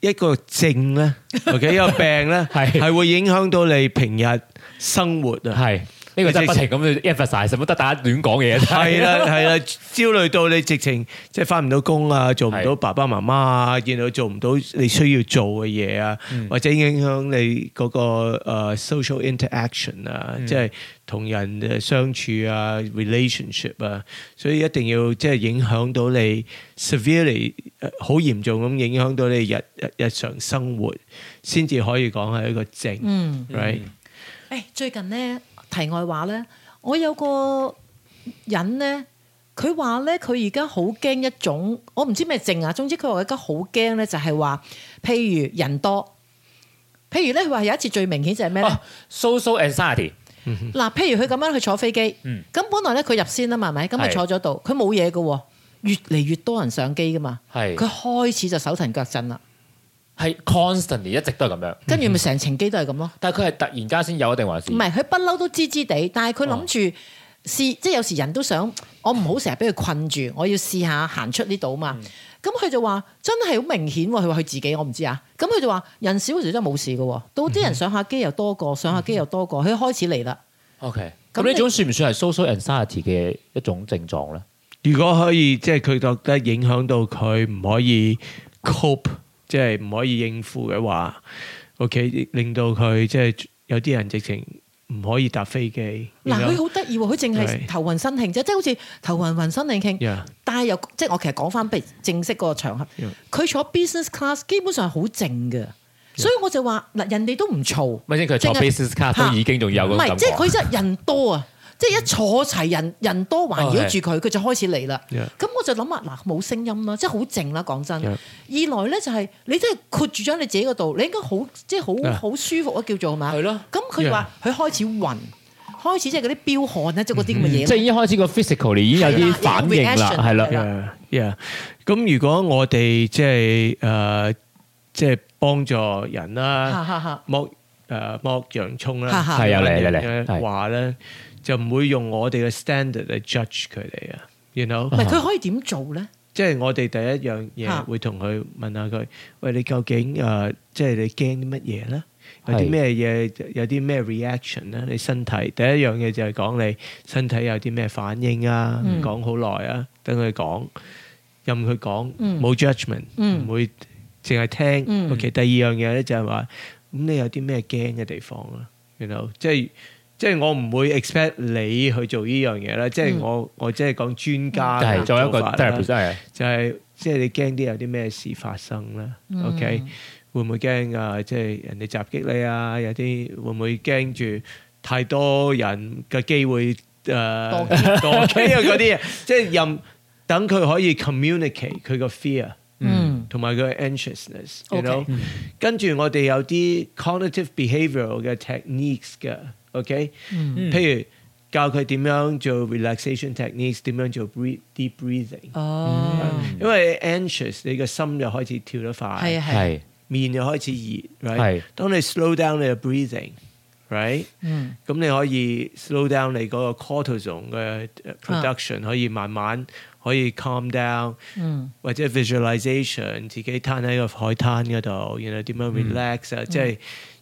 一個症咧，OK，一個病咧，
係
係會影響到你平日生活啊。
係呢個真係不停咁去 emphasize，乜得大家亂講嘢啫
係啦，係啦，焦慮到你直情即係翻唔到工啊，做唔到
係
爸爸媽媽啊，然後做唔到你需要做嘅嘢啊，或者影響你嗰、個、呃 social interaction 啊，即係同人嘅相處啊，relationship 啊，所以一定要即係影響到你 severely 呃好嚴重咁影響到你日日日常生活，先至可以講係一個症。
嗯
right，
誒最近咧題外話咧，我有個人咧，佢話咧佢而家好驚一種，我唔知咩症啊。總之佢話而家好驚咧，就係話譬如人多，譬如咧佢話有一次最明顯就係咩咧？
哦，social anxiety
嗱，譬如佢咁樣去坐飛機，咁、
嗯
本來咧佢入先啊啦嘛，係咪？咁咪
係
坐咗度，佢冇嘢嘅喎，越嚟越多人上機噶嘛，
係
佢開始就手騰腳震啦，
係 constantly 一直都係咁樣，
跟住咪成程機都係咁咯。
但係佢係突然間先有定還是
唔係，佢不嬲都知知地，但係佢諗住試，即係有時人都想，我唔好成日俾佢困住，我要試下行出呢度嘛。咁佢、就話真係好明顯喎，佢話佢自己我唔知啊。咁佢就話人少嗰時真係冇事嘅喎，到啲人上下機又多過，上下機又多過，佢開始嚟啦。
OK？
咁
咁
你
呢種算唔算係 social anxiety 嘅一種症狀咧？
如果可以，即係佢覺得影響到佢唔可以 cope，即係唔可以應付嘅話，OK，令到佢即係有啲人直情唔可以搭飛機。
嗱，
然
佢
後
好得意喎，佢淨係
係
頭暈身慶啫，即係好似頭暈暈身慶慶
Yeah
但係又即係我其實講翻俾正式個場合
Yeah，
佢坐 business class 基本上係好靜嘅，所以我就話嗱，人哋都唔嘈，
咪先佢坐
淨係
business class 都已經仲有嗰
唔
種
係
感，
即
覺嗯
係佢真係人多啊！即係一坐齊人，人多環繞住佢，佢就開始嚟啦。
Yeah
咁我就諗啊，嗱冇聲音啦，即係好靜啦。講真，
Yeah
二來咧就係你真係括住咗你自己嗰度，你應該好即係
Yeah
好好舒服啊，叫做係嘛？
係咯
咁佢話佢開始暈，開始即係嗰啲飆汗啊咧，即係嗰啲咁嘅嘢啦
嗯即係已經開始個 physical 已經有啲反
係
應
啦
啦
有，
係
reaction，
啦
係啦。
yeah yeah，咁如果我哋即係誒，即係幫助人
嗯哈
啦，
哈哈
剝誒剝洋葱
嚇
啦，
嚇
係啊嚟嚟嚟
嘅
係
話咧，就唔會用我哋嘅 standard 嚟 judge 佢哋啊，you know
唔。係佢可以點做咧？
即係我哋第一樣
啊
嘢會同佢問下佢，喂，你究竟誒、呃即係你驚啲乜嘢咧？有啲
係
咩嘢？有啲咩 reaction 咧？你身體第一樣嘢就係講你身體有啲咩反應啊？
嗯
講好耐啊，等佢講，任佢講，
嗯
冇 judgment，
嗯
唔會淨係聽。
嗯
OK，第二樣嘢咧就係話，咁你有啲咩驚嘅地方啊？然後即係。即係我唔會 expect 你去做呢樣嘢啦，即係
嗯
我我即係講專家
就係作為一個
嘅做法啦
therapist 係
就係即係你驚啲有啲咩事發生啦。OK，會唔會驚啊？即係人哋襲擊你啊？有啲會唔會驚住太多人嘅機會誒
多
多機啊嗰啲嘢？即係任等佢可以 communicate 佢個 fear
嗯
同埋佢嘅 anxiousness，you
OK
know。跟住我哋有啲 cognitive behavioural 嘅 techniques 嘅，OK，譬如教佢點樣做 relaxation techniques，點樣做 breathe deep breathing。
哦，
因為 anxious，你個心又開始跳得
係
快，
啊係，
係
面又開始熱
係
，right？當你 slow down 你嘅 breathing，right？
嗯
咁你可以 slow down 你嗰個 cortisol 嘅呃
啊
production，可以慢慢可以 calm down，
嗯
或者 visualization 自己攤喺個海灘嗰度，然後點
嗯
樣
嗯
relax 啊，即係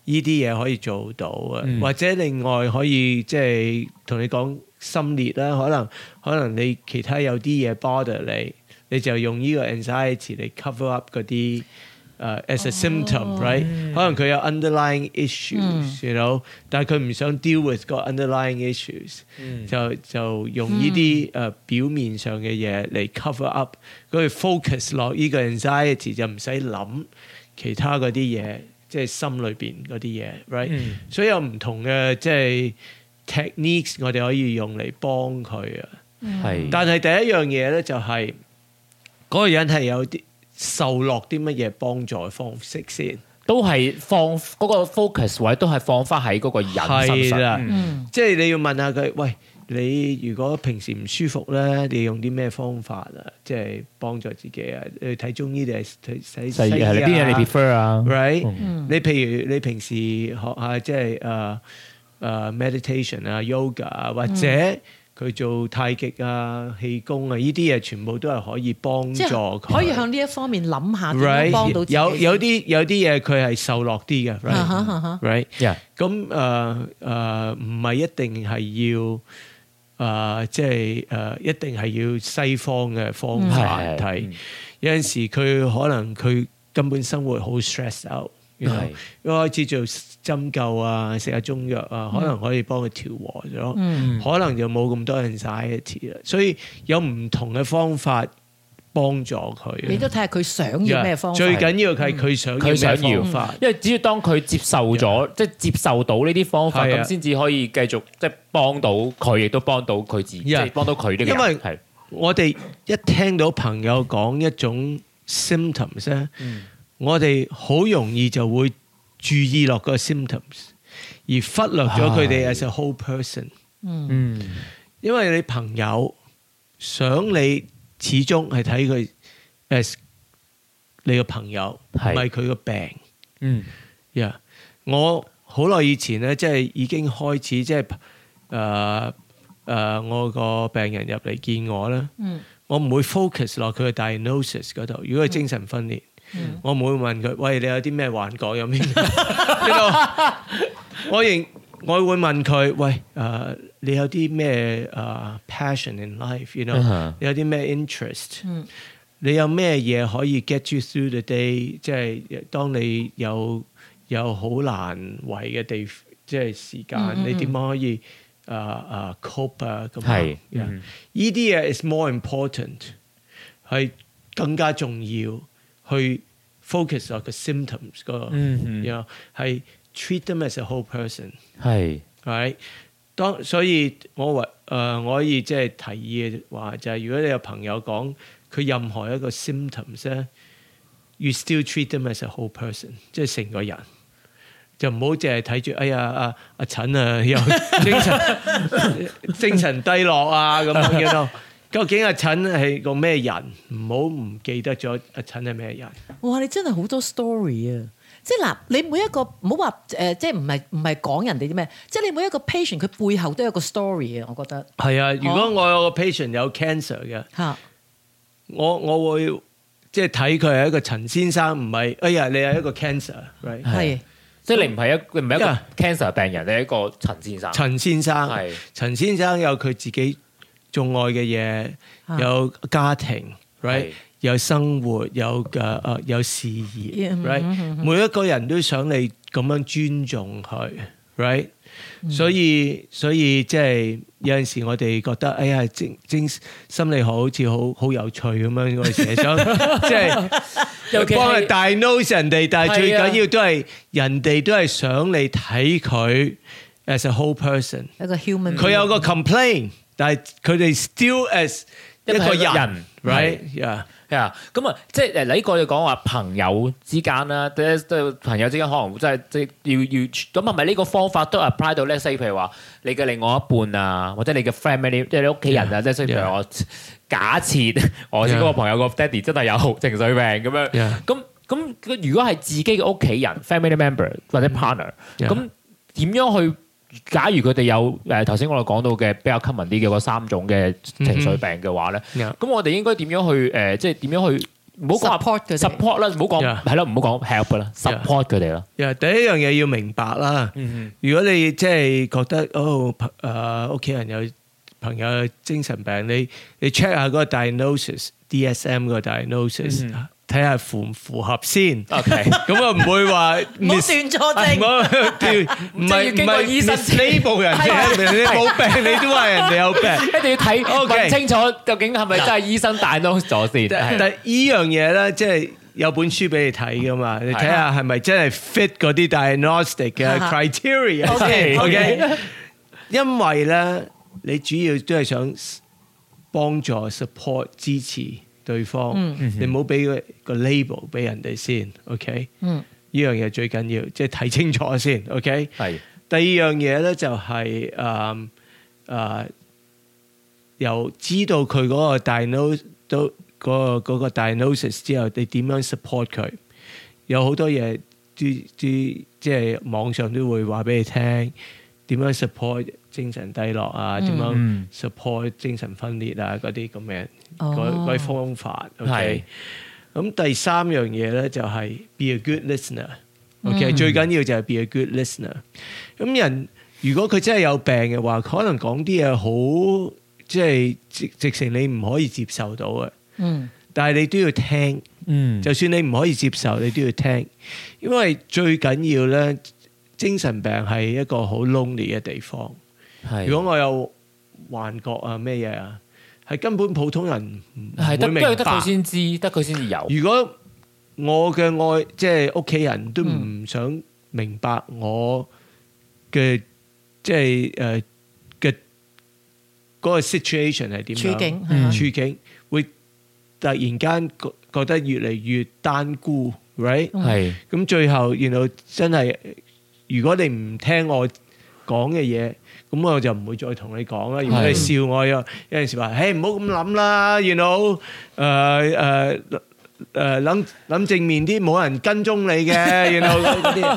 呢啲嘢可以做到啊。
嗯
或者另外可以即係同你講心裂啦，可能可能你其他有啲嘢 bother 你，你就用呢個 anxiety 嚟 cover up 嗰啲。誒 uh, as a symptom，right？可能佢有 underlying issues，you know，但係佢唔想 deal with 個 underlying issues，就就用呢啲誒表面上嘅嘢嚟 cover up，佢 focus 落呢個 anxiety 就唔使諗其他嗰啲嘢，即係心裏邊嗰啲嘢，right？
嗯
所以有唔同嘅即係 techniques，我哋可以用嚟幫佢啊。
係
但係第一樣嘢咧就係、嗰、個人係有啲受落啲乜嘢幫助嘅方式先，
都係放嗰個 focus 位，都係放翻喺嗰個人身上
係啦。
嗯
嗯
即係你要問下佢，喂，你如果平時唔舒服咧，你用啲咩方法啊？即係幫助自己啊？你睇中醫定係睇睇
就係
西醫
係
啊
啦邊嘢你 prefer 啊？
right？、
嗯
你譬如你平時學下即係誒誒 meditation 啊、yoga 啊，或者
嗯
佢做太極啊、氣功啊，呢啲嘢全部都係可以幫助
即
佢。
係可以向呢一方面諗下點
right
樣幫到自己。
有有啲有啲嘢佢係受落啲嘅
啊哈啊哈
，right right
呀
咁誒誒唔係一定係要誒即係誒一定係要西方嘅方
嗯
法
係係
睇
嗯，
有陣時佢可能佢根本生活好 stress out。you know，
係
一開始做針灸啊，食下中藥啊，可能可以幫佢調和咗，
嗯
可能就冇咁多 anxiety 啦。所以有唔同嘅方法幫助佢。
你都睇下佢想要咩方法。嗯
最緊要係佢想
佢想
咩
要
方法，
因為只要當佢接受咗，即係接受到呢啲方法，
係啊
咁先至可以繼續即係幫到佢，亦都幫到佢自己，即
Yeah
係幫到佢呢個人。
因為
係
我哋一聽到朋友講一種 symptoms 咧，
嗯
我哋好容易就會注意落個 symptoms，而忽略咗佢哋
係
as a whole person。
嗯
因為你朋友想你，始終係睇佢 as 你個朋友，唔
係
係佢個病。
嗯
Yeah，我好耐以前咧，即係已經開始即係誒誒，我個病人入嚟見我啦。
嗯
我唔會 focus 落佢嘅 diagnosis 嗰度。如果係精神分裂，我唔會問佢：喂，你有啲咩幻覺？有咩？ 呢度我認我會問佢：喂，誒、呃你有啲咩誒 passion in life？You know，、
嗯哼
你有啲咩 interest？、
嗯
你有咩嘢可以 get you through the day？即係當你有有好難為嘅地，即係時間，你點樣可以誒誒 cope 啊？咁
係嗯
樣，yeah 呢啲嘢 is more important，係更加重要去 focus on 個 symptoms 嗰個，
嗯嗯
然後係 treat them as a whole person。
係
right？當所以我為誒、呃我可以即係提議嘅話，就係、如果你有朋友講佢任何一個 symptoms 咧，you still treat them as a whole person，即係成個人。就唔好淨係睇住，哎呀，阿阿陳啊，又精神 精神低落啊咁樣嘅咯。究竟阿陳係個咩人？唔好唔記得咗阿陳係咩人。
哇！你真係好多 story 啊！即係嗱，你每一個唔好話誒，即係唔係唔係講人哋啲咩？即係你每一個 patient 佢背後都有個 story 啊！我覺得
係啊，如果我有個 patient 有 cancer 嘅。
嚇，
我我會即係睇佢係一個陳先生，唔係哎呀你係一個 cancer，right？
係
即係你唔係一你唔係一個
Yeah
cancer 病人，你係一個陳先生。
陳先生
係，
陳先生有佢自己仲愛嘅
啊
嘢，有家庭
係
，right？有生活，有嘅誒有事業
嗯
，right？每一個人都想你咁樣尊重佢，right？所
嗯
以所以即係有陣時我哋覺得，哎呀精精心理學好似好好有趣咁樣，我哋成 日想即係。
尤其
幫
係
佢 diagnose 人哋，但係最
係啊
緊要都係人哋都係想你睇佢 as a whole person。
一個 human。
佢有個 complain，但係佢哋 still as 一
一
個
個
人
人
，right？Yeah，
係啊，咁啊，即係誒，你過你講話朋友之間啦，即係即係朋友之間可能即係即係要要，咁係咪呢個方法都 apply 到咧？say 譬如話你嘅另外一半啊，或者你嘅 family，即係你屋企人啊，即係譬
Yeah.
如我假設 我嗰個朋友個 daddy 真係有情緒病咁樣，
Yeah.
咁咁佢如果係自己嘅屋企人 family member 或者 partner，
嗯 Yeah.
咁點樣去？假如佢哋有誒頭先我哋講到嘅比較 common 啲嘅嗰三種嘅情緒病嘅話咧，
嗯 Yeah.
咁我哋應該點樣去誒、呃即係點樣去唔好講話
Support 佢哋
support 啦，唔好講
Yeah.
係咯，唔好講 help 啦
Yeah.
，support 佢哋啦。
Yeah，第一樣嘢要明白啦。如果你即係覺得哦，朋誒屋企人有朋友有精神病，你你 check 下嗰個 diagnosis，DSM 個 diagnosis，睇下符唔符合先。
OK，
咁啊，唔會話
唔好
miss
斷錯症
唔。好掉唔
即係
係
要
唔
經過
係
醫生
miss 呢部人嘅，你冇病你都話人哋有病。
一定要 睇
OK
問清楚究竟係咪真係醫生 diagnose 咗 先。
但但依樣嘢咧，即係有本書俾你睇噶嘛，你睇下係咪真係 fit 嗰啲 diagnostic 嘅 criteria 先
OK，
，OK？
OK
因為咧，你主要都係想幫助、support、支持對方，你唔好俾個個 label 俾人哋先，OK？
嗯
呢樣嘢最緊要，即係睇清楚先，OK？
係
第二樣嘢咧就係誒誒，由知道佢嗰個 diagnose 都嗰個嗰個 diagnosis 之後，你點樣 support 佢？有好多嘢啲啲即係網上都會話俾你聽，點樣 support 精神低落啊？點樣
嗯
support 精神分裂啊？嗰啲咁嘅
哦
嗰嗰啲方法
係
，OK。咁第三樣嘢咧就係 be a good listener。OK，最緊要就係 be a good listener。咁人如果佢真係有病嘅話，可能講啲嘢好即係直直情你唔可以接受到嘅，
嗯
但係你都要聽。
嗯
就算你唔可以接受，你都要聽，因為最緊要咧，精神病係一個好 lonely 嘅地方。
係
如果我有幻覺啊咩嘢啊，係根本普通人唔
係
會
得
明
得得
白
佢。先知，得佢先至有。
如果我嘅愛即係屋企人都唔想明白我嘅即係誒嘅嗰個 situation 係點樣
處境
嗯
處境會突然間覺覺得越嚟越單孤，right？
係
咁最後原來真係，如果你唔聽我講嘅嘢，咁我就唔會再同你講啦。如果你笑我，有有陣時話：，誒唔好咁諗啦，you know，誒誒誒諗諗正面啲，冇人跟蹤你嘅，you know 嗰啲。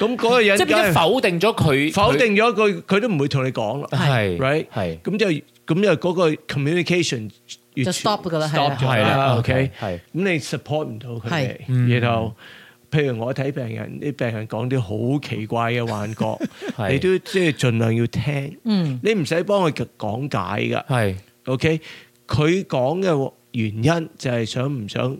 咁嗰個人
即係
梗
變咗
係
否定咗佢
否定咗佢，佢都唔會同你講啦。
係
right？
係
咁就咁就嗰個 communication 越
就 stop 㗎啦係
stop
啦
咗
係啦
啦，OK。啊
係
咁你 support 唔到佢
係
哋，然後譬如我睇病人，啲病人講啲好奇怪嘅幻覺，
係
你都即係盡量要聽，
嗯
你唔使幫佢講解噶
係
，OK？佢講嘅原因就係想唔想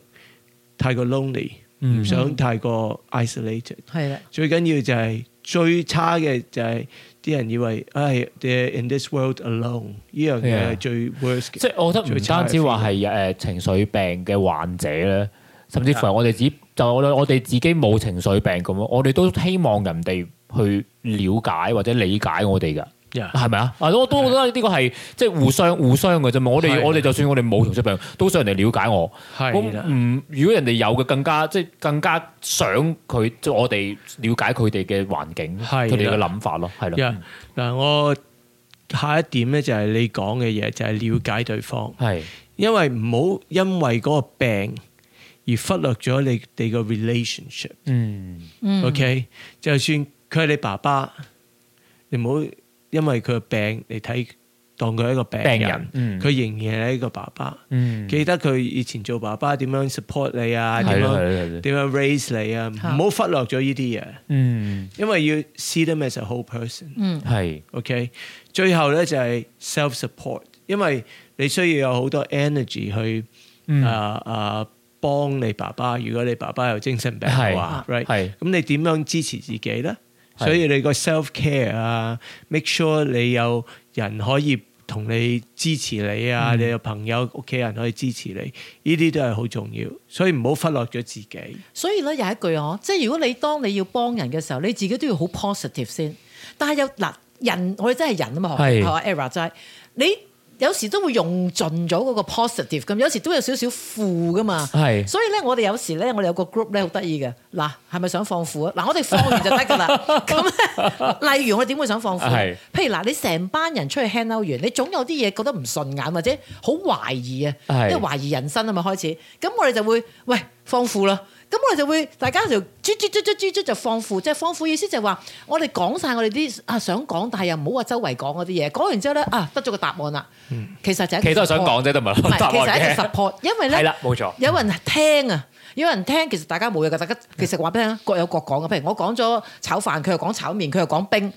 太過 lonely，唔
嗯
想太過 isolated。
係啦，
最緊要就係最差嘅就係啲人以為，唉，they're in this world alone，呢樣嘢係
Yeah
最 worst 嘅。
即係我覺得唔單止話係誒情緒病嘅患者
啊
咧，甚至乎係我哋自己就我我哋自己冇情緒病咁咯，我哋都希望人哋去了解或者理解我哋㗎。
Yeah
係咪啊？啊，我都覺得呢個係即係互相互相嘅啫嘛。我
係
哋我哋就算我哋冇情緒病，都想人哋了解我。
係
我
啦
唔如果人哋有嘅，更加即係更加想佢即係我哋了解佢哋嘅環境，
係
佢
啦
哋嘅諗法咯，係
呀
啦，
嗱，我下一點咧就係你講嘅嘢，就係了解對方，
係
因為唔好因為嗰個病而忽略咗你哋個 relationship。
嗯
OK，就算佢係你爸爸，你唔好因為佢嘅病你睇當佢係一個病
病
人
人，嗯
佢仍然係一個爸爸。
嗯，
記得佢以前做爸爸點樣 support 你啊，
係
點
咯
樣
係咯係咯，
點樣 raise 你啊，唔好忽略咗呢啲嘢，
嗯
因為要 see them as a whole person。
係
OK，最後咧就係 self support，因為你需要有好多 energy 去啊啊幫你爸爸。如果你爸爸有精神病嘅話
係
，right，
係
咁你點樣支持自己咧？所以你個 self care 啊，make sure 你有人可以同你支持你啊，你有朋友、屋企人可以支持你，呢啲都係好重要。所以唔好忽略咗自己。
嗯所以咧有一句我，即係如果你當你要幫人嘅時候，你自己都要好 positive 先。但係有嗱人，我哋真係人啊嘛，學
係
學阿 Era 就係你有時都會用盡咗嗰個 positive 咁，有時都有少少負噶嘛。
係
所以咧，我哋有時咧，我哋有個 group 咧好得意嘅。嗱，係咪想放負啊？嗱，我哋放完就得㗎啦。 咁咧，例如我哋點會想放負啊
係？
譬如嗱，你成班人出去 hang out 完，你總有啲嘢覺得唔順眼或者好懷疑啊，
係
即係懷疑人生啊嘛開始。咁我哋就會喂放負啦。咁我哋就會大家就啜啜啜啜啜啜就放負，即係放負意思就係話我哋講晒我哋啲啊想講，但係又唔好話周圍講嗰啲嘢。講完之後咧啊，得咗個答案啦。其實就係一個
嗯其實都係想
support
講啫，都唔
唔
係答
係，
案
其實係一
嘅
個 support，因為
係
咧
啦，冇錯。
有人聽啊。有人聽，其實大家冇嘢㗎，大家
嗯
其實話俾你聽，啊各有各講嘅。譬如我講咗炒飯，佢又講炒麵，佢又講冰，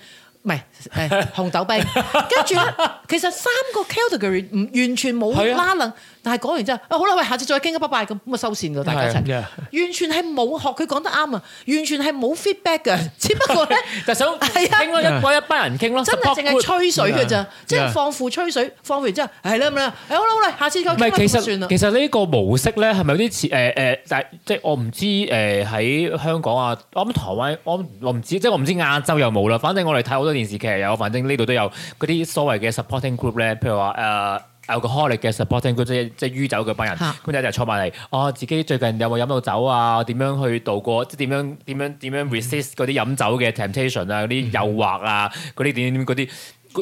唔係誒紅豆 冰。跟住咧，其實三個 category 唔完全
係
冇
啊
拉楞，但係講完之後，啊好啦，喂，下次再傾啊，拜拜咁，咁啊收線㗎，大家一齊。
係啊
完全係冇學佢講得啱啊，完全係冇 feedback 嘅，只不過咧。
就想
係啊
傾咯，一我一班人傾咯，
真
support
係淨係
group
吹水嘅咋
Yeah，
即係
yeah
放負吹水，放完之後係啦咁啦，係好啦好啦，下次再
唔係，
傾
其
啦，啊算啦
實。其實呢個模式咧係咪有啲似誒誒？但係即係我唔知誒喺香港啊，我諗台灣，我唔我唔知，即係我唔知亞洲有冇啦。反正我哋睇好多電視劇有，反正呢度都有嗰啲所謂嘅 supporting group 咧，譬如話誒。alcoholic 嘅 supporting group 即係即係酗酒嗰班人，
嚇
咁就就坐埋嚟，哦，自己最近有冇飲到酒啊？點樣去度過？即係點樣點樣點樣 resist
嗯
嗰啲飲酒嘅 temptation 啊？嗰啲誘惑啊？嗰啲點點點嗰啲，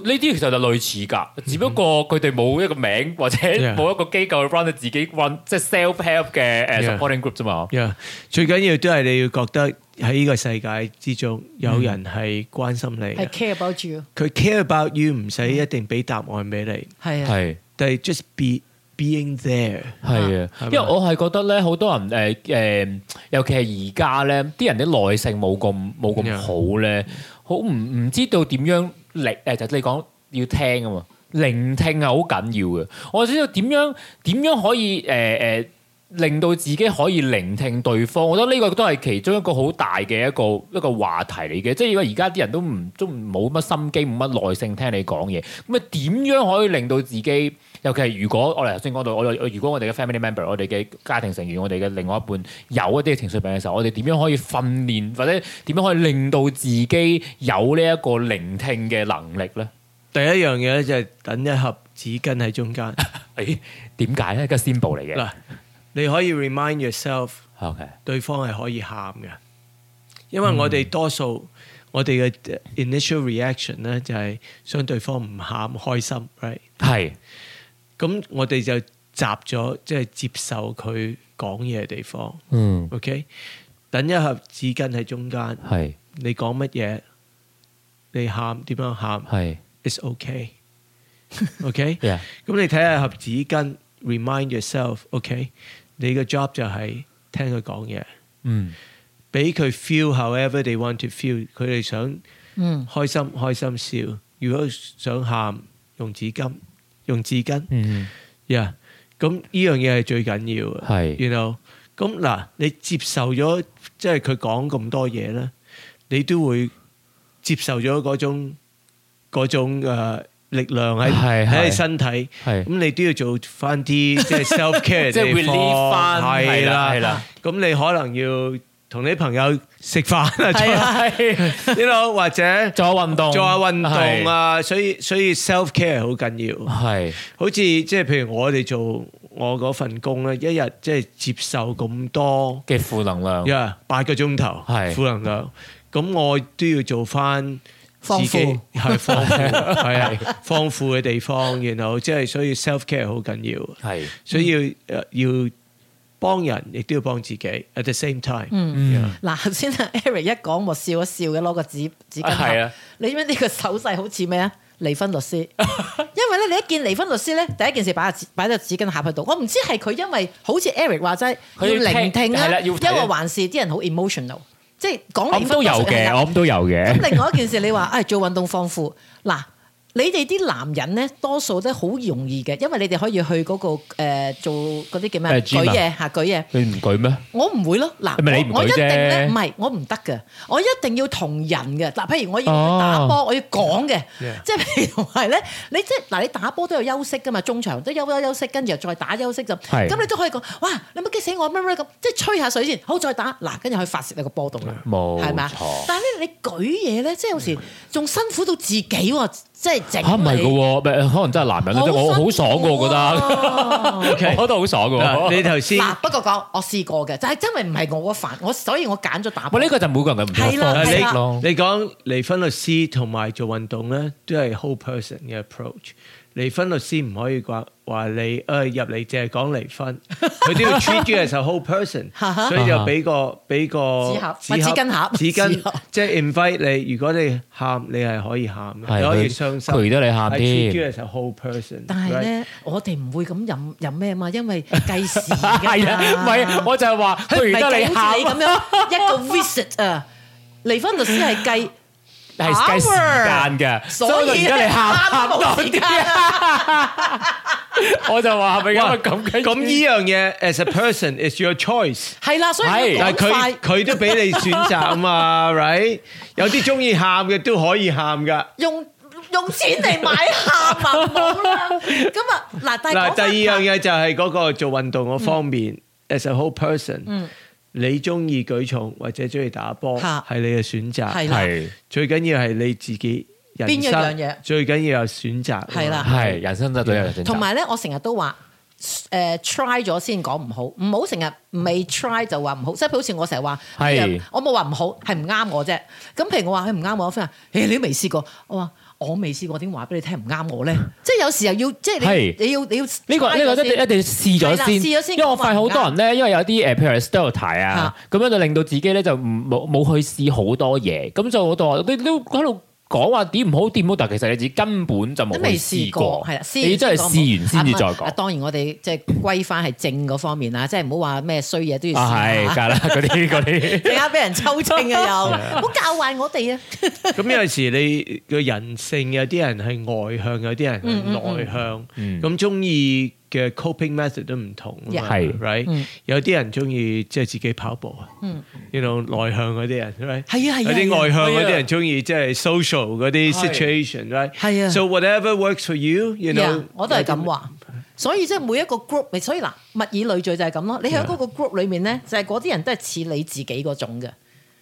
呢啲其實就類似㗎，只不過佢哋冇一個名或者
Yeah
冇一個機構 run 自己 run 即係 self help 嘅誒
Yeah
supporting group 啫嘛。
呀最緊要都係你要覺得喺呢個世界之中有人係關心你
係
嘅，
care about you，
佢 care about you 唔使一定俾答案俾你，
係啊，
係
但係 just be being there。
係啊，因為我係覺得咧，好多人誒誒，尤其係而家咧，啲人啲耐性冇咁冇咁
Yeah
好咧，好唔唔知道點樣聆誒，就你講要聽啊嘛，聆聽係好緊要嘅。我知道點樣點樣可以誒誒。呃令到自己可以聆聽對方，我覺得呢個都係其中一個好大嘅一個一個話題嚟嘅。即係如果而家啲人都唔都冇乜心機，冇乜耐性聽你講嘢，咁啊點樣可以令到自己？尤其係如果我哋頭先講到，我哋如果我哋嘅 family member、我哋嘅家庭成員、我哋嘅另外一半有一啲情緒病嘅時候，我哋點樣可以訓練或者點樣可以令到自己有呢一個聆聽嘅能力咧？
第一樣嘢咧就係等一盒紙巾喺中間。
誒點解咧？一個 symbol 嚟嘅。
嗱，你可以 remind yourself
OK，
對方係可以喊嘅，因為我哋多數我哋嘅 initial reaction 咧就係想對方唔喊開心，right？
係
咁我哋就閘咗，即係接受佢講嘢嘅地方。
嗯
OK，等一盒紙巾喺中間，
係
你講乜嘢，你喊點樣喊
係
，it's okay。OK，
Yeah
咁你睇下盒紙巾，remind yourself，OK，你嘅 job 就係聽佢講嘢，
嗯
俾佢 feel however they want to feel，佢哋想
嗯，
開心開心笑，如果想喊用紙巾，用紙巾。
嗯
yeah，咁呢樣嘢係最緊要嘅，
係
you know，咁嗱，你接受咗即係佢講咁多嘢咧，你都會接受咗嗰種嗰種誒力量喺
係
喺
係
你身體，
係
咁你都要做 翻啲即係 self care
即係 relieve 返
係啦
係啦係啦，
咁你可能要同你朋友食飯
係
啊，
啊
係
你 you know，或 者
做下運動，
做下運動啊，所以所以 self care 好緊要。
係，係
好似即係譬如我哋做我嗰份工咧，一日即係接受咁多
嘅負能量。
呀八個鐘頭
係
負能量，咁我都要做翻自
放
己
負
係放負係啊放負嘅地方，然後即係所以 self care 好緊要，
係，
所以要呃要幫人，亦都要幫自己 at the same time。
嗯，
嗱頭先啊 Eric 一講我笑一笑嘅，攞個紙紙巾
係
盒
啊，
你知唔知呢個手勢好似咩啊？離婚律 師，因為咧你一見離婚律師咧，第一件事擺個擺咗紙巾盒喺度，我唔知係佢因為好似 Eric 話齋要
佢要聽
聆聽
係啦
啊，
要
因
睇啊
為還是啲人好 emotional，即係講
我
離婚
諗都有
嗰時係
嘅，
啦
我諗都有嘅。
咁另外一件事，你話誒、唉做運動放負嗱，你哋啲男人咧多數都好容易嘅，因為你哋可以去嗰、個、呃、做嗰啲叫咩
誒
舉
gym 啊
嘢嚇舉嘢。
你唔舉咩？
我唔會咯，嗱，
咪你唔
我我
舉
一定咧，
啫
唔係我唔得嘅，我一定要同人嘅。嗱，譬如我要
哦
去打波，我要講 嘅
Yeah，
即係譬如係咧，你即係嗱，你打波都有休息噶嘛，中場都休休休息，跟住又再打休息就，
係
咁你都可以講，哇，你咪激死我咩咩咁，即係吹下水先，好再打，嗱，跟住去發泄你個波動啦，
冇
係咪啊
錯嗯
但係咧，你舉嘢咧，即係有時仲辛苦到自己喎，即係整
啊嚇唔係嘅
你。
喎，咪呃可能真係男人嘅啫，我好爽嘅，我覺得，
得。
我覺得好爽嘅喎。
啊嗱，你 頭先
嗱，不過講我試過嘅，就係真係唔係我嗰飯，我所以我揀咗打波。
喂，呢個就每個人嘅唔同嘅
係
Ờ,
啦
方
係
式
啦
咯。
你講離婚律師同埋做運動咧，都係 whole person 嘅 approach。離婚律師唔可以話話你誒入嚟淨係講離婚，佢都要 treat you as a whole person，所以就俾個俾個
紙盒或紙巾盒
紙
紙盒
巾，即係 invite 你。如果你喊，你係可以喊嘅，
係
你可以
佢
傷心，
陪得你喊
I
添
treat you as a whole person。
但係，咧，我哋唔會咁飲飲咩嘛，因為計時
係啊，唔
㗎
係
嘛。
我就係話，
佢
不
唔
如
係
得
計好
你
似你
喊，
咁樣一個 visit 啊，離婚律師係計。啊
係計時間嘅， 所以而家你喊喊
啊
多啲。 我就話係咪
哇
咁嘅咁嘅？
咁咁呢樣嘢 as a person is your choice。
係啦，所以要
但
講
係
快
佢。佢都俾你選擇 啊嘛，right？有啲中意喊嘅都可以喊噶。
用用錢嚟買喊啊，冇啦。咁啊，嗱，但係嗯
嗱，
講
第
返
二樣嘢就係嗰個做運動嗰方面，as a whole person，你中意舉重或者中意打波
嗯嚇
係你嘅選擇，
係啦
係
最緊要係你自己人
邊一樣嘢
生，最緊要有選擇啊嘛。
係啦
係人生得到有人選擇
同埋咧，我成日都話誒、try 咗先講唔好，唔好成日未 try 就話唔好，即係譬如好似我成日話，
係
譬如我冇話唔好，係唔啱我啫。咁譬如我話佢哎唔啱我，我 friend 話：，誒你都未試過，我話。我未試過，點話俾你聽唔啱 我咧？即係有時候要，即係
係
你你要你要
呢個
try
呢個
咗
一定一
先
定要試咗
係啦
先，
試咗先
因為我發現好
講話唔
多人咧，因為有啲呃誒，譬如 stereotype
啊
啊，咁樣就令到自己咧就唔冇冇去試好多嘢，咁就我度你都喺度講話點唔好點唔好，但其實你自己根本就冇
都
去
未
試
試
過
過，係啦，，試
你真係試完先至再
啊
講。
當然我哋即係歸翻係正嗰方面啦，即係唔好話咩衰嘢都要試下
啊，係，梗係啦，嗰啲嗰啲。
而家俾人抽清啊 又，好教壞我哋啊！
咁有陣時你個人性，有啲人係外向，有啲人
嗯
係內向，
嗯
咁中意嘅 coping method 都唔同啊嘛，
Yeah
right？有啲人中意即係自己跑步啊，呢種內向嗰啲人，right？
係啊係啊
有啲外向嗰啲
係啊
人中意即係 social 嗰啲
係
situation，right？
係啊
，so whatever works for you，you know，
Yeah，我都係咁話。所以即係每一個 group，咪所以嗱，物以類聚就係咁咯。你喺
嗯
嗰個 group 裏面咧，就係嗰啲人都係似你自己嗰種嘅。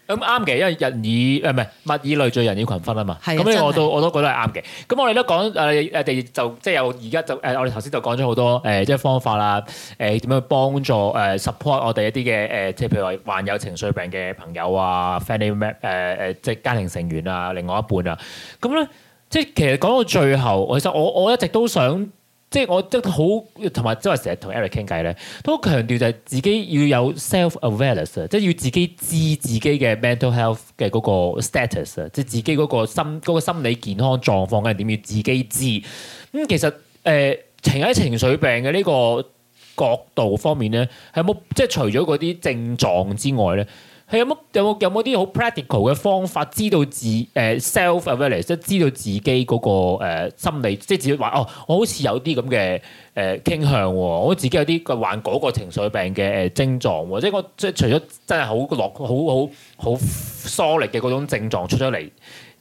咁啱嘅，因為人以呃誒唔係物以類聚，人以群分啊嘛。
係啊
咁
真
呢
係
我都我都覺得係啱嘅。咁我哋都講誒誒哋就即係有而家就誒、呃我哋頭先就講咗好多誒、呃即係方法啦，誒、點樣去幫助誒、呃 support 我哋一啲嘅呃誒即係譬如話患有情緒病嘅朋友啊，family mem 誒、呃、即係家庭成員啊，另外一半啊。咁咧即係其實講到最後，其實我我一直都想。即係我即係好，同埋即係成日同 Eric 傾偈咧，都好強調就係自己要有 self awareness 啊，即係要自己知自己嘅 mental health 嘅嗰個 status 啊，即係自己嗰個心嗰、個心理健康狀況嘅點要自己知。咁、其實誒、呃情喺情緒病嘅呢個角度方面咧，係有冇即係除咗嗰啲症狀之外咧？係有冇有冇有冇啲好 practical 嘅方法，知道自誒、呃 self awareness，即係知道自己嗰、個、呃、心理，即係自己話哦，我好似有啲咁嘅誒傾向喎，我自己有啲個患嗰個情緒病嘅誒呃症狀喎，即係我即係除咗真係好落好好好 solid 嘅嗰種症狀出咗嚟